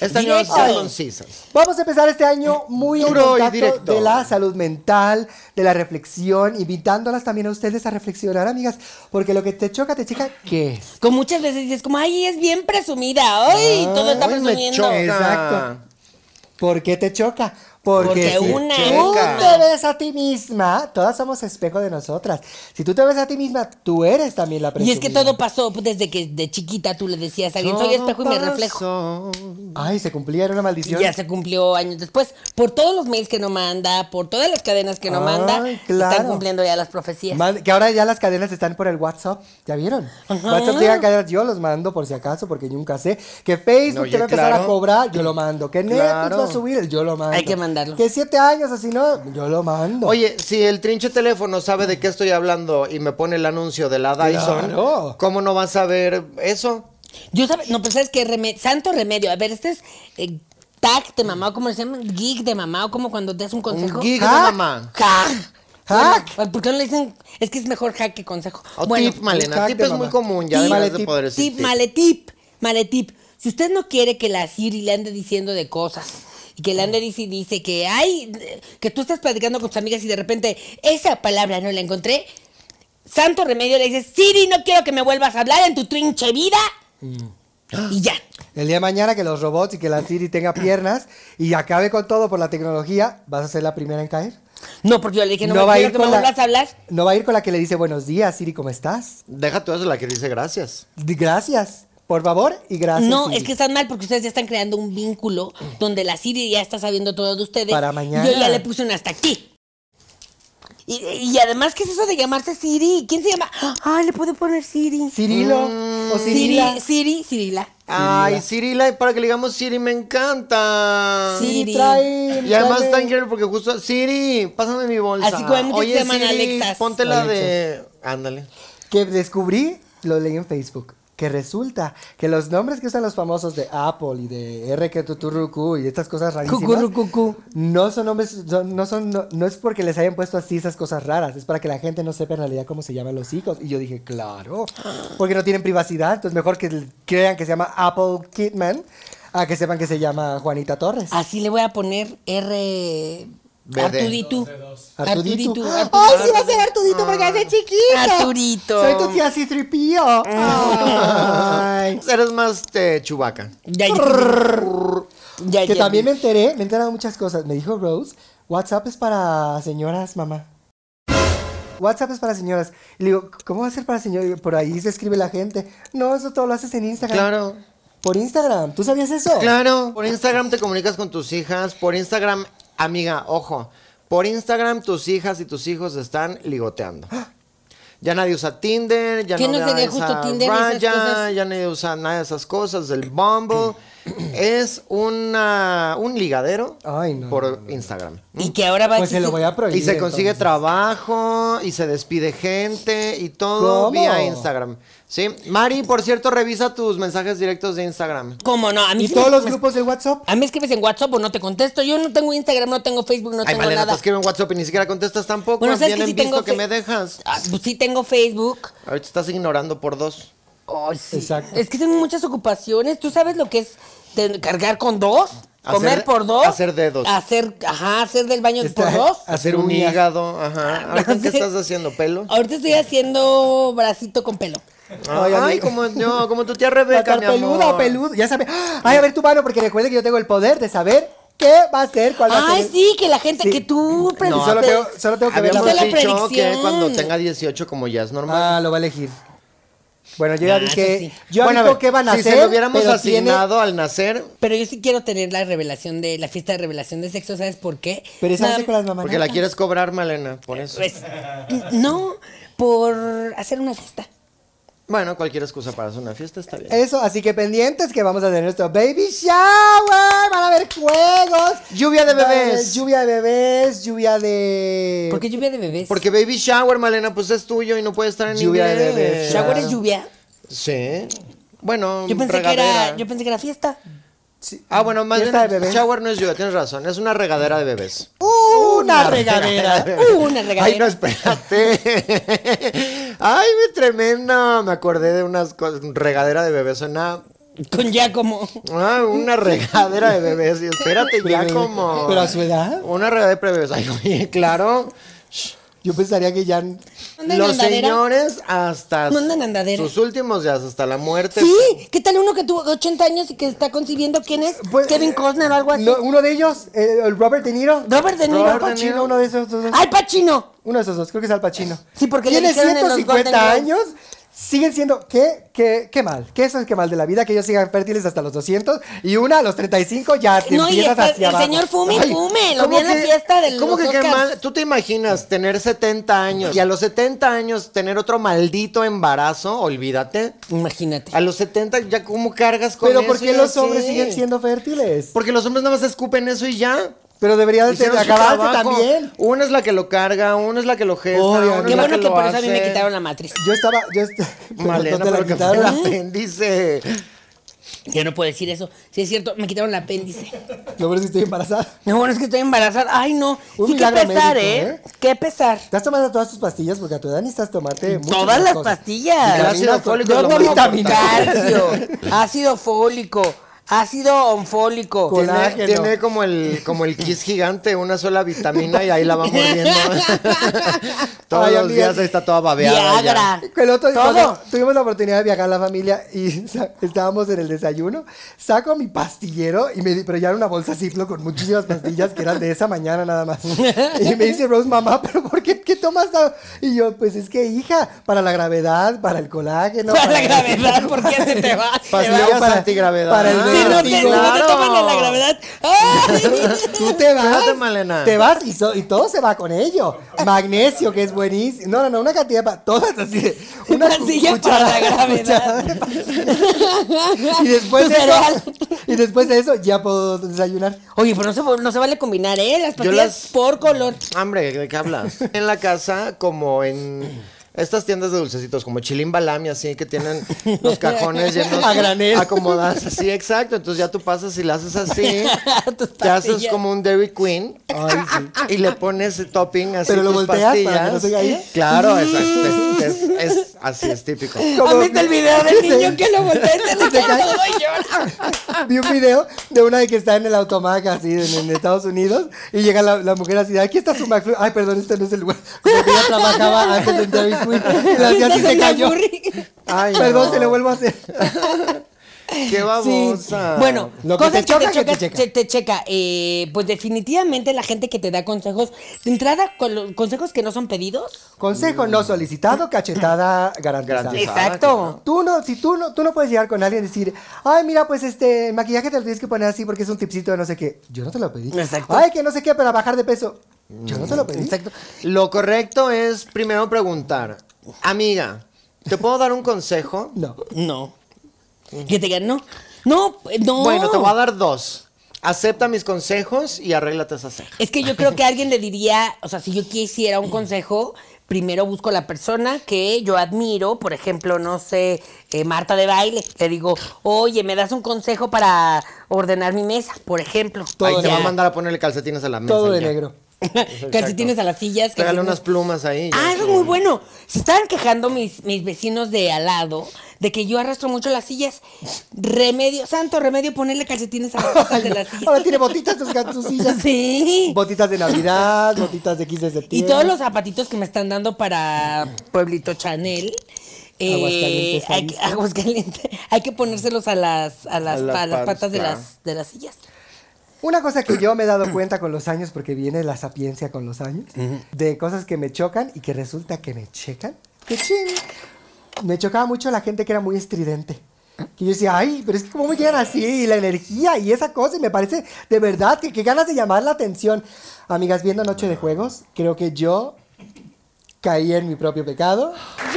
Estas no
Directo.
son concisas.
Vamos a empezar este año muy en
eh, Duro y
contacto
directo.
de la salud mental, de la reflexión, invitándolas también a ustedes a reflexionar, amigas, porque lo que te choca, te chica, ¿qué es?
Como muchas veces dices, como, ay, es bien presumida. Ay, todo está
Ah, ay, me
presumiendo.
choca.
Exacto. ¿Por qué te choca? Porque,
Porque
si
una-
tú
Checa.
te ves a ti misma, todas somos espejo de nosotras. Si tú te ves a ti misma, tú eres también
Y
la presumida.
es que todo pasó pues, desde que de chiquita tú le decías a alguien, soy espejo y me reflejo.
Todo
Ay, se cumplía, era una maldición.
Ya se cumplió años después. Por todos los mails que no manda, por todas las cadenas que no
Ay,
manda, están
claro.
cumpliendo ya las profecías.
Man- que ahora ya las cadenas están por el WhatsApp, ¿ya vieron? WhatsApp llega cadenas, yo los mando por si acaso, porque nunca sé. Que Facebook
Oye,
te va a empezar
claro.
a cobrar, yo lo mando. Que Netflix
Claro.
va a subir, yo lo mando.
Hay que mandarlo.
Que siete años o si no, yo lo mando.
Oye, si el trinche teléfono sabe de qué estoy hablando y me pone el anuncio de la Dyson,
Claro.
¿cómo no va a saber eso?
Yo sabes, no, pues sabes que santo remedio. A ver, este es eh, tag de mamá, o como se llama, geek de mamá, o como cuando te das un consejo.
Un gig de
Hack.
mamá.
Hack.
Hack.
Bueno, ¿Por qué no le dicen? Es que es mejor hack que consejo.
O
Bueno,
tip, Malena.
hack
Tip
de
es muy
mamá.
común, ya
Tip,
además de
maletip,
poder decir
tip,
tip.
maletip, maletip. Si usted no quiere que la Siri le ande diciendo de cosas y que le ande dice y dice que ay, que tú estás platicando con tus amigas y de repente esa palabra no la encontré, santo remedio le dices, Siri, no quiero que me vuelvas a hablar en tu trinche vida. Mm. Y ya.
El día de mañana que los robots y que la Siri tenga piernas y acabe con todo por la tecnología, ¿vas a ser la primera en caer?
No, porque yo le dije, no, me quiero que me vuelvas a hablar.
no va a ir con la que le dice buenos días, Siri, ¿cómo estás?
Deja tú eso, la que dice gracias.
D- Gracias, por favor, y gracias.
No,
Siri.
es que están mal porque ustedes ya están creando un vínculo donde la Siri ya está sabiendo todo de ustedes.
Para mañana.
Yo ya le puse un hasta aquí. Y, y además, ¿qué es eso de llamarse Siri? ¿Quién se llama? Ah, le puedo poner Siri.
Cirilo o
Mm,
Cirila.
Siri, Siri, Cirila.
Ay, Cirila, y para que le digamos Siri, me encanta.
Sí.
Siri
Siri.
trae.
Y además
trae-
está increíble porque justo, Siri, pásame mi bolsa.
Así como hay muchos que se llaman Alexas.
ponte la
Alexas.
de... Ándale.
que descubrí, lo leí en Facebook, que resulta que los nombres que usan los famosos de Apple y de RKTuturucu y de estas cosas rarísimas,
Cucurucucu.
no son nombres, son- no son, no, no es porque les hayan puesto así esas cosas raras, es para que la gente no sepa en realidad cómo se llaman los hijos. Y yo dije, claro, porque no tienen privacidad, entonces mejor que l- crean que se llama Apple Kidman a que sepan que se llama Juanita Torres.
Así le voy a poner R.
BD.
Arturitu.
Artudito.
Artudito,
¡Ay, Ah, sí va a ser Artudito porque va a ser chiquito!
Ah. Arturito.
Soy tu tía Citripío. Ay.
Eres más eh, chubaca.
Ya, ya. Ya,
que
ya.
también me enteré, me he enterado muchas cosas. Me dijo Rose, WhatsApp es para señoras, mamá. WhatsApp es para señoras. Y le digo, ¿cómo va a ser para señoras? Por ahí se escribe la gente. No, eso todo lo haces en Instagram.
Claro.
Por Instagram. ¿Tú sabías eso?
Claro. Por Instagram te comunicas con tus hijas. Por Instagram, amiga, ojo. Por Instagram tus hijas y tus hijos están ligoteando. Ya nadie usa Tinder, ya
¿Quién
no
no sería
usa
justo Tinder y esas
Raya,
cosas?
ya nadie usa nada de esas cosas, el Bumble. es una, un ligadero
Ay, no,
por
no, no, no.
Instagram.
Y que ahora va
Pues se lo voy a prohibir.
Y se consigue
entonces.
trabajo y se despide gente y todo
¿Cómo?
vía Instagram. Sí, Mari, por cierto, revisa tus mensajes directos de Instagram.
¿Cómo no? A mí
Y
sí
todos
me-
los
me-
grupos de WhatsApp.
A mí escribes en WhatsApp o no te contesto. Yo no tengo Instagram, no tengo Facebook, no
Ay,
tengo
Malena, pues, te
nada.
escriben WhatsApp y ni siquiera contestas tampoco.
Bueno, ¿sabes
Bien
que sí
en visto
tengo
que
fe-
me dejas.
Ah, pues sí tengo Facebook.
Ahorita estás ignorando por dos.
Ay, sí.
Exacto.
Es que tengo muchas ocupaciones. ¿Tú sabes lo que es ten- cargar con dos?
Hacer-
¿Comer por dos?
hacer dedos.
Hacer, ajá, hacer del baño
Está-
por dos.
Hacer
un
uñas.
hígado, ajá. ¿Ahorita
No
qué
sé.
estás haciendo? ¿Pelo?
Ahorita estoy haciendo bracito con pelo.
Ay,
Ay, amigo.
como yo, como tu tía
Va a
Rebeca,
estar
mi amor.
peluda o peludo. Ya sabes. Ay, a ver tu mano, porque recuerda que yo tengo el poder de saber qué va a ser, cuál va a
Ay,
ser.
sí, que la gente,
Sí.
que tú
No,
predijiste.
solo tengo- solo tengo que ver la
Habíamos
Hizo
dicho que
predicción.
cuando tenga 18, como ya es normal.
Ah, lo va a elegir. Bueno, yo ya
Ah,
dije.
eso sí.
Yo ya
Bueno, a
digo
ver,
qué van a
si
hacer.
se lo hubiéramos
pero
asignado al nacer,
Pero yo sí quiero tener la revelación de la fiesta de revelación de sexo, ¿sabes por qué?
tiene- Pero esa
Nada-
hace con las mamás.
porque la quieres cobrar, Malena, por eso.
Pues, no, por hacer una fiesta.
Bueno, cualquier excusa para hacer una fiesta está bien.
Eso, así que pendientes que vamos a tener nuestro baby shower. Van a haber juegos.
Lluvia de
Va a haber
bebés.
Lluvia de bebés, lluvia de.
Porque lluvia de bebés.
Porque baby shower, Malena, pues es tuyo y no puede estar en
Lluvia de
inglés.
bebés,
shower es
claro.
lluvia.
Sí. Bueno,
Yo pensé que
regadera.
era, yo pensé que era fiesta.
Ah, bueno, más bien
Fiesta de bebés.
shower no es lluvia, tienes razón, es una regadera de bebés.
Una regadera.
Una regadera.
Ay, no, espérate. Ay, mi tremenda. Me acordé de unas cosas. Regadera de bebés. Suena.
Con ya como.
Ah, una regadera de bebés. Y espérate, ya como.
Pero a su edad,
Una regadera de bebés. Ay, oye, claro.
yo pensaría que ya.
¿Andan
Los
andadera?
señores hasta
No andan andadera.
sus últimos días, hasta la muerte.
Sí, ¿qué tal uno que tuvo 80 años y que está concibiendo quién es?
Pues,
Kevin Costner o algo así.
No, uno de ellos, eh, el Robert De Niro.
Robert De Niro.
Al Pacino, uno de esos dos.
¡Ay, Pachino!
Uno de esos dos, creo que es Al Pacino.
Sí, porque le
tiene
dijeron en los
150
Golden
años. Siguen siendo, ¿qué? ¿Qué, qué mal? ¿Qué eso es qué mal de la vida? Que ellos sigan fértiles hasta los 200 y una a los 35 ya te
No, y
empiezas
está-
hacia
el
abajo.
señor fume y
Ay,
fume. Lo vi
¿cómo
en la
que-
fiesta del
¿Cómo que
los
qué
Oscars.
mal? ¿Tú te imaginas tener 70 años y a los 70 años tener otro maldito embarazo? Olvídate.
Imagínate.
A los 70 ya cómo cargas con
Pero
eso
¿por qué
y
los
así?
hombres siguen siendo fértiles?
Porque los hombres nada más escupen eso y ya.
Pero
Ah,
debería de
Hicieron su
acabarse
trabajo.
también.
Una es la que lo carga, una es la que lo gesta,
Obvio,
una es
Qué
la
bueno que
lo
por eso a mí me
hace.
quitaron la matriz.
Yo estaba, yo estaba...
Malena, pero que fue el apéndice.
Yo no puedo decir eso. Si es cierto, me quitaron el apéndice.
Lo peor es que estoy embarazada.
No, bueno, es que estoy embarazada. Ay, no.
Un
sí, qué
milagro
pesar,
médico,
¿eh?
¿eh?
Qué pesar.
¿Estás tomando todas tus pastillas? Porque a tu edad necesitas tomarte muchas
Todas
más
las
cosas.
pastillas.
El ácido fólico
Yo
es lo
tomo
más
vitamina.
importante.
Calcio, ácido fólico, ácido onfólico.
Con-
Tiene,
Colágeno.
tiene como el como el kiss gigante, una sola vitamina y ahí la va mordiendo. Todos
Ay,
los
amiga.
días ahí está toda babeada. ya.
Viagra.
El otro día
Todo.
cuando tuvimos la oportunidad de viajar la familia y sa- estábamos en el desayuno. Saco mi pastillero y me di- pero ya era una bolsa ciclo con muchísimas pastillas que eran de esa mañana nada más. Y me dice Rose, mamá, pero ¿por qué, qué tomas? tan-?" Y yo, pues es que hija, para la gravedad, para el colágeno.
para la gravedad, ¿por qué se te va? Se te va.
Pastillas antigravedad.
para el
Si no te, si no te
Claro.
toman en la gravedad. ¡Ay!
Tú te vas,
Espérate, Malena.
te vas y, so- y todo se va con ello. Magnesio, que es buenísimo. No, no, no, una cantidad para todas así. de- Una cu-
Pastilla para la
cucharada
gravedad.
de pastillas. y después
Tu
de eso,
cereal.
y después de eso ya puedo desayunar.
Oye, pero no se, no se vale combinar, ¿eh? Las pastillas
las-
por color.
Hombre, ¿de qué hablas? en la casa, como en estas tiendas de dulcecitos, como Chilimbalami, así que tienen los cajones llenos.
A granel.
Acomodadas así, exacto. Entonces ya tú pasas y la haces así.
Tus
te haces
pastillas.
como un Dairy Queen.
Ay, sí.
Y le pones el topping así
Pero lo
tus
volteas para que no
pastillas.
se Mm. caiga.
Claro, exacto. Es, es- es- así es típico.
¿Has visto el video del niño que lo voltea y se le
te
cae
cae.
todo y llora?
Vi un video de una de que está en el automac así en, en Estados Unidos y llega la, la mujer así, aquí está su McFlurry. Ay, perdón, este no es el lugar. Como que ella trabajaba antes en Dairy Queen. Y la hacía así
Estás
se
en la
cayó.
furry.
Ay,
Perdón,
no.
se lo vuelvo a hacer.
Qué babosa.
Bueno,
Lo que
cosas
te choca,
que te,
que
choca,
te
che- te checa. Eh, pues definitivamente la gente que te da consejos, de entrada, con los consejos que no son pedidos.
Consejo no solicitado, cachetada garantizada.
Garantizada.
Exacto.
Tú no, si tú no, tú no puedes llegar con alguien y decir, ay, mira, pues este, el maquillaje te lo tienes que poner así porque es un tipsito de no sé qué. Yo no te lo pedí.
Exacto.
Ay, que no sé qué para bajar de peso. Yo no te lo pedí.
Exacto.
Lo correcto es primero preguntar, amiga, ¿te puedo dar un consejo?
No.
No. Que te digan no. No, eh, no.
Bueno, te voy a dar dos. Acepta mis consejos y arréglate esa ceja.
Es que yo creo que alguien le diría, o sea, si yo quisiera un consejo, primero busco la persona que yo admiro, por ejemplo, no sé, eh, Marta de baile. Le digo, oye, ¿me das un consejo para ordenar mi mesa? Por ejemplo.
Ahí
Todo
te va a
ya.
mandar a ponerle calcetines a la mesa.
Todo de
ya.
negro.
Calcetines a las sillas.
Pégale
calcetines-
unas plumas ahí. ya.
Ah, eso es muy bueno. Se estaban quejando mis, mis vecinos de al lado de que yo arrastro mucho las sillas. Remedio, santo remedio, ponerle calcetines a las patas de las sillas.
Ahora tiene botitas tus gatusillas.
Sí.
Botitas de Navidad, botitas de 15 de
Y
septiembre.
todos los zapatitos que me están dando para Pueblito Chanel. eh,
Aguascalientes,
hay, que-
Jalisco.
Aguascalientes. Hay que ponérselos a las, a las,
A las
a las patas de
patas,
las, de las sillas.
Una cosa que yo me he dado cuenta con los años, porque viene la sapiencia con los años, de cosas que me chocan y que resulta que me checan. ¡Qué ching! Me chocaba mucho la gente que era muy estridente. Que yo decía, ay, pero es que cómo me llegan así, y la energía y esa cosa, y me parece de verdad que qué ganas de llamar la atención. Amigas, viendo Noche de Juegos, creo que yo caí en mi propio pecado.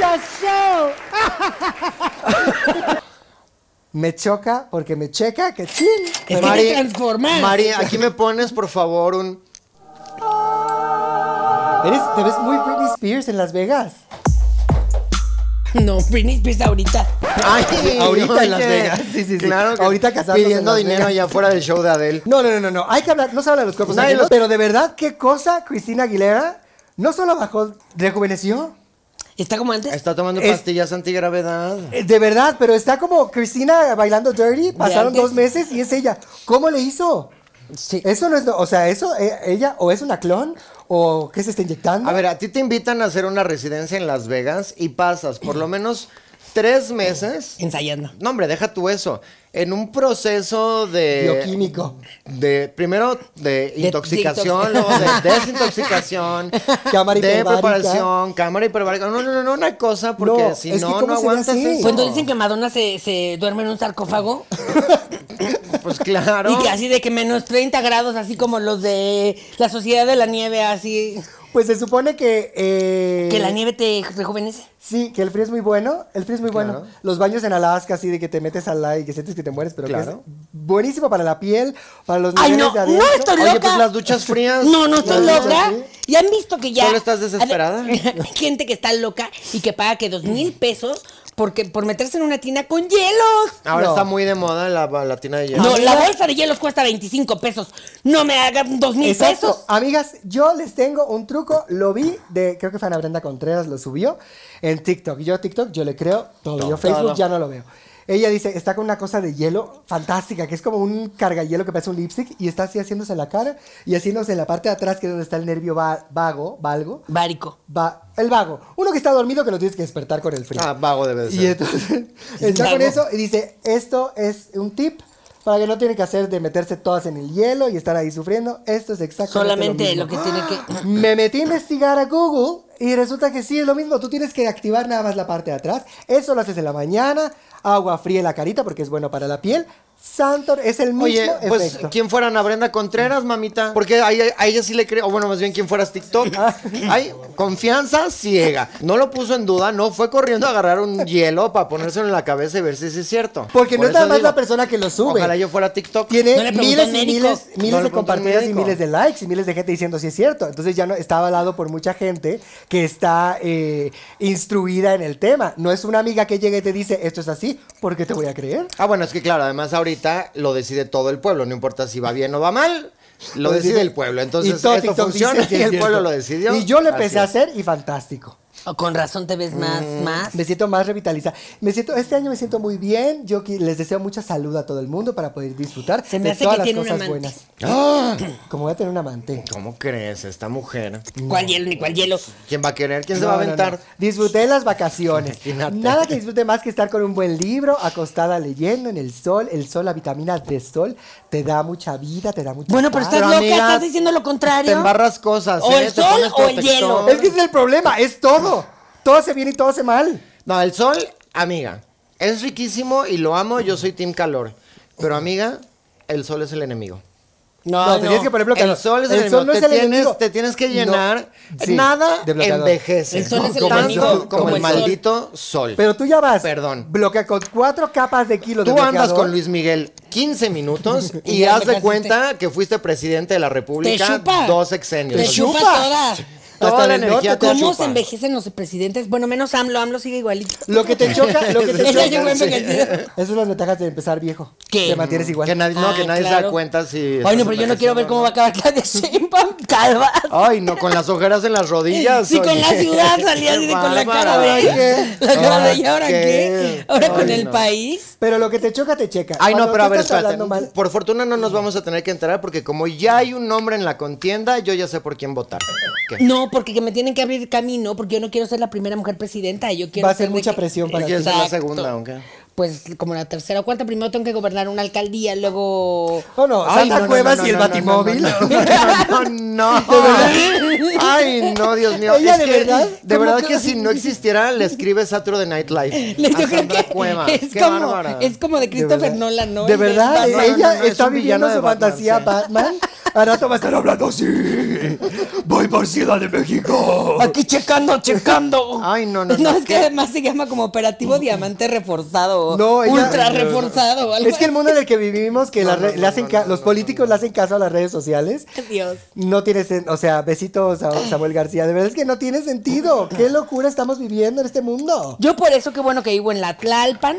Me choca porque me checa, que ching.
Es que te transformas.
Mari, aquí me pones, por favor, un.
Eres, te ves muy Britney Spears en Las Vegas.
No, Britney Spears ahorita.
Ay,
ahorita en
oye.
Las Vegas. Sí, sí, sí.
Claro que
Ahorita casándose en
Pidiendo
Las
dinero
Vegas.
allá afuera del show de Adele.
No, no, no, no, no. Hay que hablar, no se habla de los cuerpos
Nadie
ajenos,
los-
pero de verdad, qué cosa, Cristina Aguilera, no solo bajó, rejuveneció,
Está como antes.
Está tomando
Es-
pastillas antigravedad.
eh, de verdad, pero está como Cristina bailando Dirty, pasaron
antes.
dos meses y es ella. ¿Cómo le hizo?
Sí.
Eso no es, no- o sea, eso, eh, ella, o es una clon, o que se está inyectando.
A ver, a ti te invitan a hacer una residencia en Las Vegas y pasas por lo menos tres meses.
Ensayando.
No, hombre, deja tú eso. En un proceso
eh,
de.
Bioquímico.
De, primero de
desintox-
intoxicación, luego de desintoxicación,
Cámara
de
hiperbárica.
preparación, cámara hiperbárica. No, no, no, no, una cosa, porque
No,
si
es que
no,
¿cómo
no
se ve
aguantas
así?
eso.
Cuando dicen que Madonna se, se duerme en un sarcófago
Pues claro.
y que "Ah, así de que menos 30 grados, así como los de la Sociedad de la Nieve, así.
Pues se supone que... eh,
Que la nieve te rejuvenece.
Sí, que el frío es muy bueno. El frío es muy bueno.
Claro.
Los baños en Alaska, así de que te metes al aire y que sientes que te mueres, pero que
Claro.
es buenísimo para la piel, para los
Ay, no,
niveles de
no
adentro.
estoy
Oye,
loca.
pues las duchas frías.
No, no estoy
Las duchas
loca.
frías.
Ya han visto que ya.
Solo estás desesperada.
A ver, Hay gente que está loca y que paga que dos mil pesos porque, por meterse en una tina con hielos.
Ahora
No.
está muy de moda la, la tina de hielo.
No, la bolsa de hielos cuesta 25 pesos. No me hagan dos mil
Exacto.
pesos.
Amigas, yo les tengo un truco. Lo vi de, creo que fue Ana Brenda Contreras, lo subió en TikTok. Yo TikTok, yo le creo todo. Yo Facebook ya no lo veo. Ella dice, está con una cosa de hielo fantástica, que es como un cargahielo que parece un lipstick y está así haciéndose en la cara y haciéndose en la parte de atrás, que es donde está el nervio va- vago, valgo,
Bárico.
va, el vago. Uno que está dormido que lo tienes que despertar con el frío.
Ah, vago debe de ser.
Y entonces está con
Vago.
eso y dice, esto es un tip para que no tienen que hacer de meterse todas en el hielo y estar ahí sufriendo. Esto es
Solamente
exactamente lo,
lo que
mismo.
tiene que.
Me metí a investigar a Google y resulta que sí es lo mismo. Tú tienes que activar nada más la parte de atrás. Eso lo haces en la mañana. Agua fría en la carita porque es bueno para la piel. Santor es el mismo
Oye, pues,
efecto. Mm.
¿quién fuera Ana Brenda Contreras, mamita? Porque a ella, a ella sí le creo. o Bueno, más bien, ¿quién fueras TikTok?
Ah.
Hay confianza ciega. No lo puso en duda, no fue corriendo a agarrar un hielo para ponérselo en la cabeza y ver si sí es cierto.
Porque no
Por
es nada
eso
más
digo,
la persona que lo sube.
Ojalá yo fuera TikTok.
Tiene
No le preguntó
miles
al
y
médico.
miles, miles
No
de
le preguntó al
compartidas y
médico.
miles de likes y miles de gente diciendo si es cierto. Entonces ya no está avalado por mucha gente que está eh, instruida en el tema. No es una amiga que llegue y te dice esto es así, ¿por qué te voy a creer?
Ah, bueno, es que claro, además ahorita lo decide todo el pueblo. No importa si va bien o va mal, lo decide el pueblo. Entonces,
todo
esto
TikTok
funciona
dice que
y
es
el
cierto.
pueblo lo decidió.
Y yo lo
Así
empecé a
es.
hacer y fantástico.
Oh, con razón te ves más,
Mm.
más.
Me siento más revitalizada. Me siento, este año me siento muy bien. Yo qui- les deseo mucha salud a todo el mundo para poder disfrutar
Se me
de
hace
todas
que
las
tiene un
cosas
amante.
buenas.
¡Ah!
Como voy a tener un amante.
¿Cómo crees esta mujer?
¿Cuál hielo ni cuál hielo?
¿Quién va a querer? ¿Quién se
No,
va a
no,
aventar?
no. Disfruté las vacaciones.
Imagínate.
Nada que disfrute más que estar con un buen libro, acostada leyendo en el sol. El sol, la vitamina de sol, te da mucha vida, te da mucha
Bueno, pero
paz.
estás loca,
amiga,
estás diciendo lo contrario.
Te embarras cosas.
O
¿eh?
el
Te
sol
pones
o el
protector.
hielo.
Es que ese es el problema, es todo. Todo hace bien y todo hace mal.
No, el sol, amiga, es riquísimo y lo amo. Yo soy team calor. Pero, amiga, el sol es el enemigo.
No, tenías que, por ejemplo, que
el
no.
sol es
El
el,
sol
enemigo.
no es
te
el
tienes,
enemigo.
Te tienes que
No.
llenar.
Sí,
Nada
de bloqueador.
envejece.
El sol es el
Tanto
enemigo,
Como
como
el
el sol.
maldito sol.
Pero tú ya vas.
Perdón.
Bloquea con cuatro capas de kilos de
Tú andas
bloqueador.
con Luis Miguel 15 minutos
Y
y
ya
haz de
empezaste.
cuenta que fuiste presidente de la
Te
República
chupa.
dos sexenios.
Te chupa toda.
Toda
Hasta
la
el
energía
bigote
te
¿Cómo se
chupa.
envejecen los presidentes? Bueno, menos AMLO. AMLO sigue igualito.
Lo que te choca, lo que te
Ese
choca.
llegó envejecido.
Esas son las ventajas de empezar viejo.
¿Qué?
Te mantienes igual.
Que nadie, no,
Ah,
que nadie se da
claro.
cuenta si...
Ay, no,
estás
pero yo no quiero ver cómo va a acabar Claudia Sheinbaum, calva.
Ay, no, con las ojeras en las rodillas.
Sí, con
oye.
la ciudad salía así de- con la cara
Bárbara.
de... La cara de... ¿Y ahora
Ah,
qué? ¿Ahora con
Ay,
el
no.
país?
Pero lo que te choca, te checa.
Ay, no,
Cuando
pero
tú
a ver,
estás
espérate.
hablando mal-
Por fortuna no nos vamos a tener que enterar porque como ya hay un nombre en la contienda, yo ya sé por quién votar. ¿Qué?
No, porque que me tienen que abrir camino, porque yo no quiero ser la primera mujer presidenta. Yo quiero
Va a ser
de
mucha
que-
presión para
¿Quién es la
Exacto.
segunda? aunque?
Pues como la tercera o cuarta, primero tengo que gobernar una alcaldía, luego...
Oh, no,
Ay,
Santa
no, no,
Cuevas
no,
y el
no, no,
Batimóvil.
No, no, no, no. Ay, no, Dios mío.
Ella,
Es
de
que-
verdad,
De
como
verdad
que-
que si no existiera, le escribe Saturday Night Live.
Yo
a
creo
Sandra
que
Cuevas.
es,
Qué
como,
bárbara.
es como de Christopher
verdad.
Nolan, ¿no?
De
El del
verdad,
Batman.
Batman.
ella
No, no, no, es
está
un villano
viviendo
de
su
Batman,
fantasía
sí.
Batman. A rato va a estar hablando así. Voy por Ciudad de México.
Aquí checando, checando.
Ah,
Ay, no, no,
No,
no,
es que
qué-
además se llama como operativo diamante reforzado.
No, ella-
ultra reforzado. o algo
Es que el mundo en el que vivimos, que
No,
las re-
no,
le
no,
hacen
no,
ca-
no,
los
no,
políticos le hacen caso a las redes sociales,
así. Dios.
no tiene sen- o sea, besitos
Eh.
a Samuel García, de verdad es que no tiene sentido. Qué locura estamos viviendo en este mundo.
Yo por eso, qué bueno que vivo en la Tlalpan,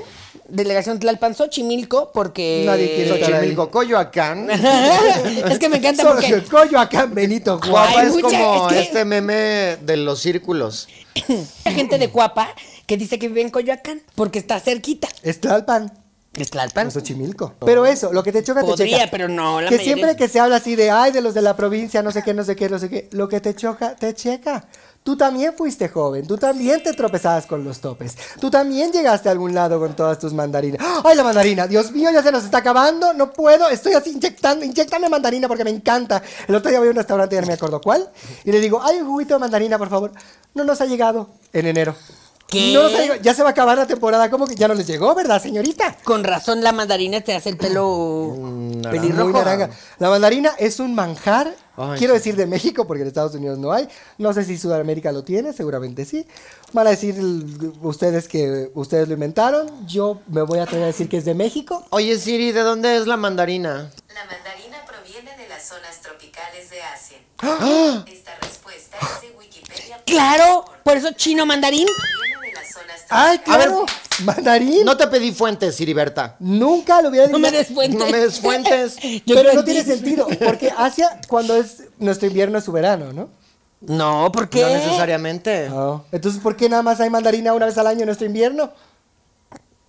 delegación Tlalpan Xochimilco, porque...
Nadie quiere estar ahí.
Xochimilco, Coyoacán.
es que me encanta
Solo
porque...
el collo acá, Benito Juárez.
Guapa
Ay,
es
mucha-
como
es que-
este meme de los círculos.
Hay gente de Cuapa que dice que vive en Coyoacán porque está cerquita.
Está el pan.
Es Tlalpan.
En Xochimilco. Pero eso, lo que te choca, te
Podría,
checa.
pero no, la
Que
mayoría-
siempre que se habla así de, ay, de los de la provincia, no sé qué, no sé qué, no sé qué, lo que te choca, te checa. Tú también fuiste joven, tú también te tropezabas con los topes, tú también llegaste a algún lado con todas tus mandarinas. ¡Ay, la mandarina! Dios mío, ya se nos está acabando, no puedo, estoy así inyectando, inyectame mandarina porque me encanta. El otro día voy a un restaurante, ya no me acuerdo cuál, y le digo, ay, un juguito de mandarina, por favor. No nos ha llegado en enero.
¿Qué?
No nos ha llegado, ya se va a acabar la temporada, ¿cómo que ya no les llegó, verdad, señorita?
Con razón la mandarina te hace el pelo pelirrojo.
Muy naranja. La mandarina es un manjar,
Ay,
quiero
sí.
decir de México, porque en Estados Unidos no hay. No sé si Sudamérica lo tiene, seguramente sí. Van a decir l- ustedes que ustedes lo inventaron. Yo me voy a atrever a decir que es de México.
Oye, Siri, ¿de dónde es la mandarina?
La mandarina proviene de las zonas tropicales de Asia. Esta respuesta es de Wikipedia.
Claro, por eso chino mandarín.
Proviene de las zonas
¡Ay,
tropicales.
claro! Mandarín.
No te pedí fuentes, Siri Berta.
Nunca lo hubiera
No
dicho.
me des fuentes.
No me des fuentes.
Yo
pero no
entendí.
tiene sentido, porque Asia, cuando es nuestro invierno, es su verano, ¿no? Oh.
No, ¿por qué? Ah,
No necesariamente.
Entonces, ¿por qué nada más hay mandarina una vez al año en nuestro invierno?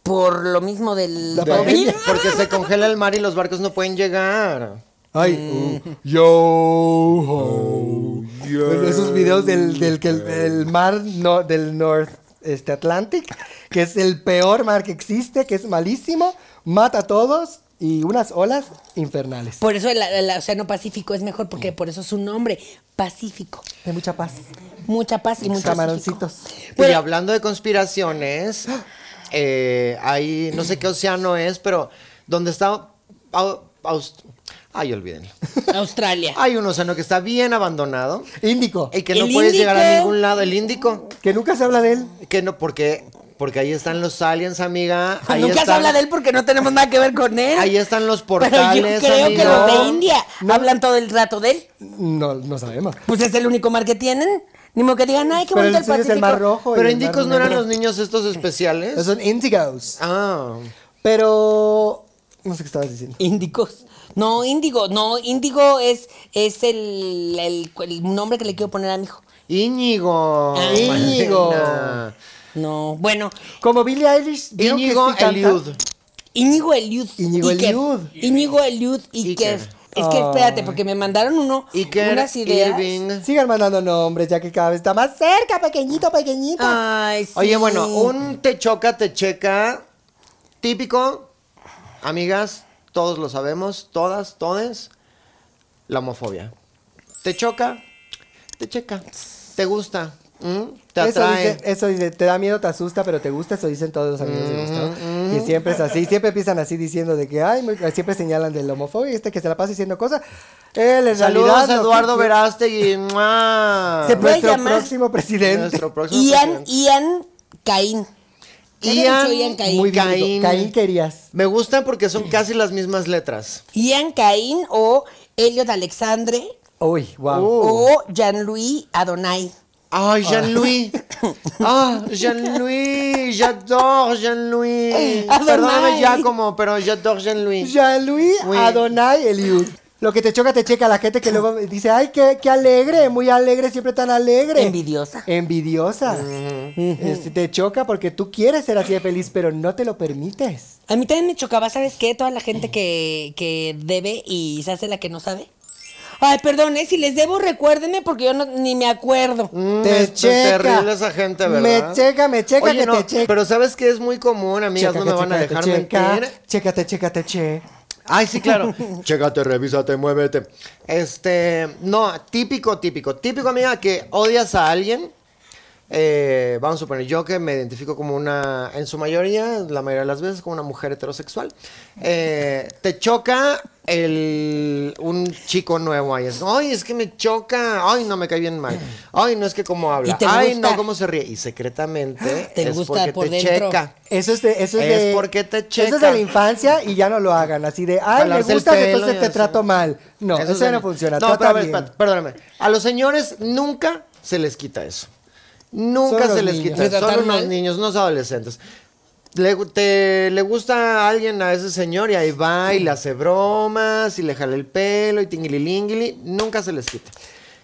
Por lo mismo del
La
De-
pandemia.
porque se congela el mar y los barcos no pueden llegar.
Ay, uh, yo ho. Bueno, Esos videos del, del, que el, el mar no, del North este, Atlantic, que es el peor mar que existe, que es malísimo, mata a todos y unas olas infernales.
Por eso el, el océano Pacífico es mejor, porque por eso es su nombre, Pacífico.
De mucha paz.
Mucha paz y mucho
Camaroncitos.
Pacífico.
y
Bueno,
hablando de conspiraciones, eh, hay, no sé qué océano es, pero donde está... Au- Aus- Ay, olvídenlo.
Australia.
Hay un océano que está bien abandonado
Índico,
y que no
El
puedes llegar a
Índico.
ningún lado. El Índico.
que nunca se habla de él.
Que no, porque, porque ahí están los aliens, amiga. Ahí
Pues Nunca se
están-
habla de él porque no tenemos nada que ver con él.
Ahí están los
Pero yo
portales,
creo que
amiga.
los de India hablan todo el rato de él.
No, no sabemos.
Pues es el único mar que tienen. Ni modo que digan, ay, qué
Pero
bonito
el
el
suyo es
Pacífico.
el mar rojo. y
Pero
el mar
indicos no eran
negro.
los niños estos especiales.
Esos Son índigos.
Ah.
Pero... No sé qué estabas diciendo.
Índicos. No, índigo. No, índigo es, es el, el- el nombre que le quiero poner a mi hijo.
Íñigo.
Ah.
Íñigo.
Marina.
No, bueno,
Como Billie Eilish, ¿vieron que
Íñigo
sí canta?
Eliud.
Íñigo Eliud.
Íñigo
Iker.
Eliud.
Íñigo Eliud Iker.
Iker.
Es que espérate, porque me mandaron uno,
Iker
unas ideas.
Irving.
Sigan mandando nombres, ya que cada vez está más cerca, pequeñito, pequeñito.
Ah,
Ay, sí.
Oye, bueno, un te choca, te checa. Típico. Amigas, todos lo sabemos. Todas, todes. La homofobia. Te choca, te checa. Te gusta. ¿m? Te
eso,
atrae. Mm,
dice, eso dice, te da miedo, te asusta, pero te gusta, eso dicen todos los amigos de Gustavo. que siempre es así, siempre empiezan así diciendo de que, ay, muy- siempre señalan del homofobio, este que se la pasa diciendo cosas. Él en
Saludos
realidad
a
no-
Eduardo Verástegui. ¡mua!
Se puede
Nuestro
llamar-
próximo presidente.
Nuestro próximo
Ian,
presidente.
Ian Caín. ¿Qué le
Ian-
he dicho Ian Caín?
Muy bien.
Caín.
Caín querías.
Me gustan porque son casi las mismas letras.
Ian Caín o Elliot Alexandre
Uy, wow.
Uh.
o Jean-Louis Adonai.
Ay, Jean-Louis. Ah, Jean-Louis. J'adore
Eh,
Jean-Louis.
Adonai.
Perdóname, Giacomo, pero j'adore Jean-Louis.
Jean-Louis
Uy.
Adonai Eliud. Lo que te choca, te checa. La gente que luego dice, ay, qué, qué alegre, muy alegre, siempre tan alegre.
Envidiosa.
Envidiosa. Este, te choca porque tú quieres ser así de feliz, pero no te lo permites.
A mí también me chocaba, ¿sabes qué? Toda la gente que, que debe y se hace la que no sabe. Ay, perdón, ¿eh? si les debo, recuérdenme porque yo no- ni me acuerdo.
Mm,
Te
es
checa.
terrible esa gente, ¿verdad?
Me checa, me checa
Oye,
que
no,
te checa.
Pero sabes que es muy común, amigas, no me van a dejar mentir.
Chécate, chécate, che.
Ay, sí, claro. Chécate, revísate, muévete. Este, no, típico, típico. Típico, amiga, que odias a alguien. eh, vamos a suponer, yo que me identifico como una, en su mayoría, la mayoría de las veces, como una mujer heterosexual. eh, te choca el, un chico nuevo ahí. Es, ay, es que me choca. Ay, no, me cae bien mal. Ay, no, es que cómo habla.
Y te
ay,
gusta.
no, cómo se ríe. Y secretamente
Te
es
gusta
porque
por
te
dentro.
checa.
Eso es de. Eso es,
Es
de-
porque te
Eso
checa.
es de la infancia y ya no lo hagan. Así de, ay, me
Jalarse el
gustas,
pelo
entonces
y
te
así.
trato mal. No, eso,
es
ya no
el-
funciona.
No,
trata
pero a ver,
bien.
espérate, perdóname. A los señores nunca se les quita eso.
Solo
Nunca
los
se les
niños.
quita.
¿De tratar
Solo los
mal?
niños, no los adolescentes. Le, gu- te- le gusta a alguien a ese señor y ahí va y le hace bromas y le jala el pelo y tingililingili. Nunca se les quita.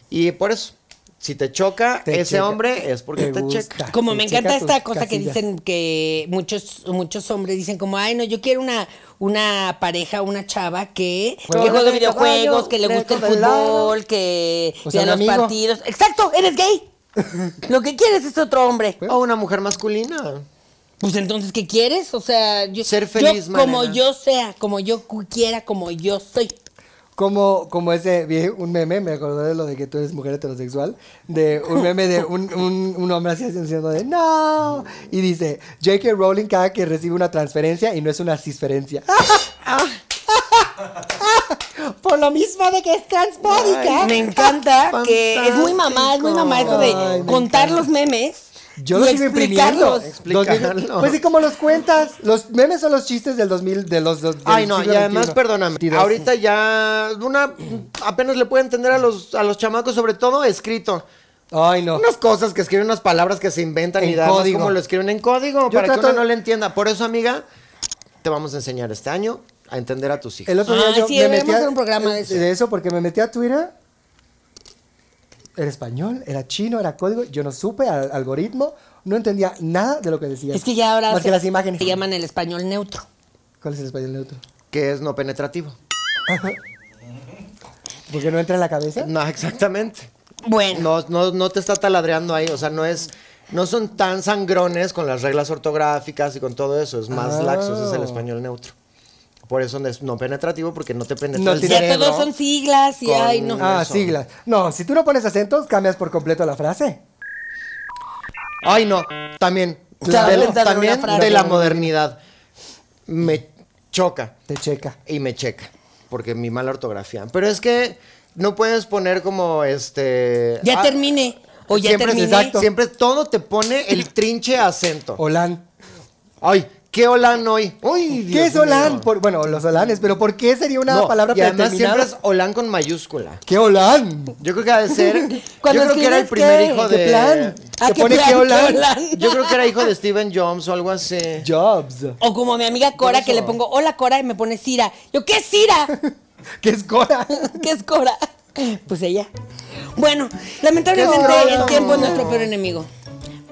Y por eso, si te choca
Te
ese
checa.
hombre es porque
Te
te,
gusta.
checa.
Como me
Checa
encanta
tus
esta cosa
casillas.
que dicen que muchos muchos hombres dicen como, ay, no, yo quiero una una pareja, una chava que,
Juega
que juegue
de caballo,
videojuegos, que le
de
guste el
codelado.
fútbol, Pues que
O sea,
vea
un
los
amigo.
partidos. ¡Exacto! ¡Eres gay! Lo que quieres es otro hombre.
O una mujer masculina.
Pues entonces, ¿qué quieres? O sea, yo...
Ser
yo
feliz,
como
Malena.
yo sea, como yo cu- quiera, como yo soy.
Como, como ese, vi un meme, me acordé de lo de que tú eres mujer heterosexual, de un meme de un, un, un hombre así haciendo de no. Y dice, J.K. Rowling cada que recibe una transferencia y no es una cisferencia.
Ah,
Por lo mismo de que es transfóbica.
Me encanta que es muy mamá, es muy mamá eso de
Ay, me
contar los memes.
Yo
y
los sigo imprimiendo.
explicarlos.
Explicarlo.
Pues sí, como los cuentas. Los memes son los chistes del 2000, de los dos. del
Ay, no, y
siglo
además,
XXI.
perdóname. Ahorita ya una apenas le puede entender a los a los chamacos, sobre todo escrito.
Ay, no.
Unas cosas que escriben unas palabras que se inventan
En
y dan
código.
como lo escriben en código para
trato-
que uno no le entienda. Por eso, amiga, te vamos a enseñar este año a entender a tus hijos.
El otro día
Ah,
yo
sí,
me
deberíamos
metí a,
hacer un programa de eso.
porque me metí a Twitter. Era español, era chino, era código. Yo no supe al- algoritmo. No entendía nada de lo que decía.
Es que ya ahora
Más
se-
que las imágenes.
se llaman el español neutro.
¿Cuál es el español neutro?
Que es no penetrativo.
Porque no entra en la cabeza.
No, exactamente.
Bueno,
No, no, no te está taladreando ahí. O sea, no es. No son tan sangrones con las reglas ortográficas y con todo eso. Es más
Ah.
laxo. Ese es el español neutro. Por eso no es no penetrativo, porque no te penetra
No
el
tiene-
ya
cerebro.
todos son siglas y
con-
ay no.
ah,
eso.
siglas. No, si tú no pones acentos, cambias por completo la frase.
Ay, no. También.
Claro.
de,
Pensar en
también
una frase.
de la modernidad. Me choca
Te checa.
y me checa. Porque mi mala ortografía. Pero es que no puedes poner como este.
Ya
ah,
termine o ya
siempre,
terminé.
exacto. Siempre todo te pone el trinche acento.
Olan.
Ay, qué holán hoy. Uy,
¿Qué
Dios
es olan?
mío.
Por- bueno, los olanes, pero ¿por qué sería una
No,
palabra
y además siempre
predeterminada?
es holán con mayúscula.
¿Qué olan?
Yo creo que ha de ser.
Cuando
yo creo que era el
escribes,
primer
¿qué?
hijo
¿Qué
de.
plan?
Ah,
Te
¿qué
pone
plan?
que
¿Qué
olan.
plan?
Yo creo que era hijo de Steven Jobs o algo así.
Jobs.
O como mi amiga Cora que le pongo hola Cora y me pone Cira. Yo, ¿qué es Cira?
¿Qué es Cora?
¿Qué es Cora? Pues ella. Bueno, lamentablemente
Qué
el
horror.
tiempo es nuestro peor enemigo.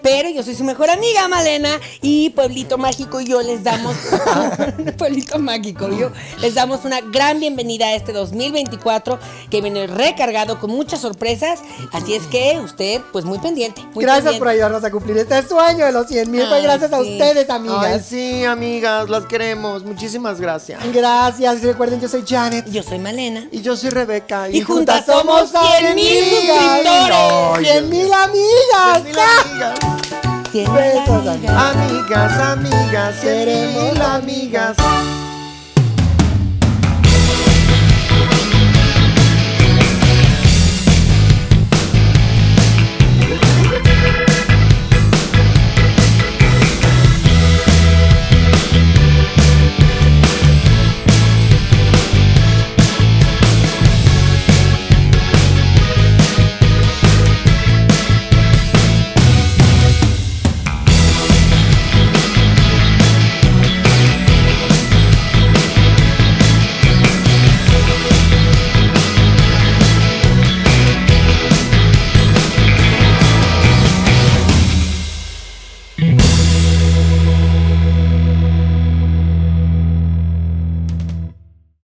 Pero yo soy su mejor amiga, Malena, y Pueblito Mágico y yo les damos Pueblito Mágico y yo les damos una gran bienvenida a este 2024 que viene recargado con muchas sorpresas, así es que usted pues muy pendiente, muy
gracias
pendiente.
por ayudarnos a cumplir este sueño de los 100 mil. Fue
Ay,
gracias a
sí.
ustedes,
Ay,
amigas.
sí, amigas, las queremos. Muchísimas gracias.
Gracias. Y Recuerden, yo soy Janet.
Yo soy Malena.
Y yo soy Rebeca.
Y juntas somos 100,000
amigas.
suscriptores.
Ay, Dios
100
mío.
mil amigas.
100,000 amigas.
Siempre
Besos,
la
amiga.
Amigas, amigas, seremos amigas.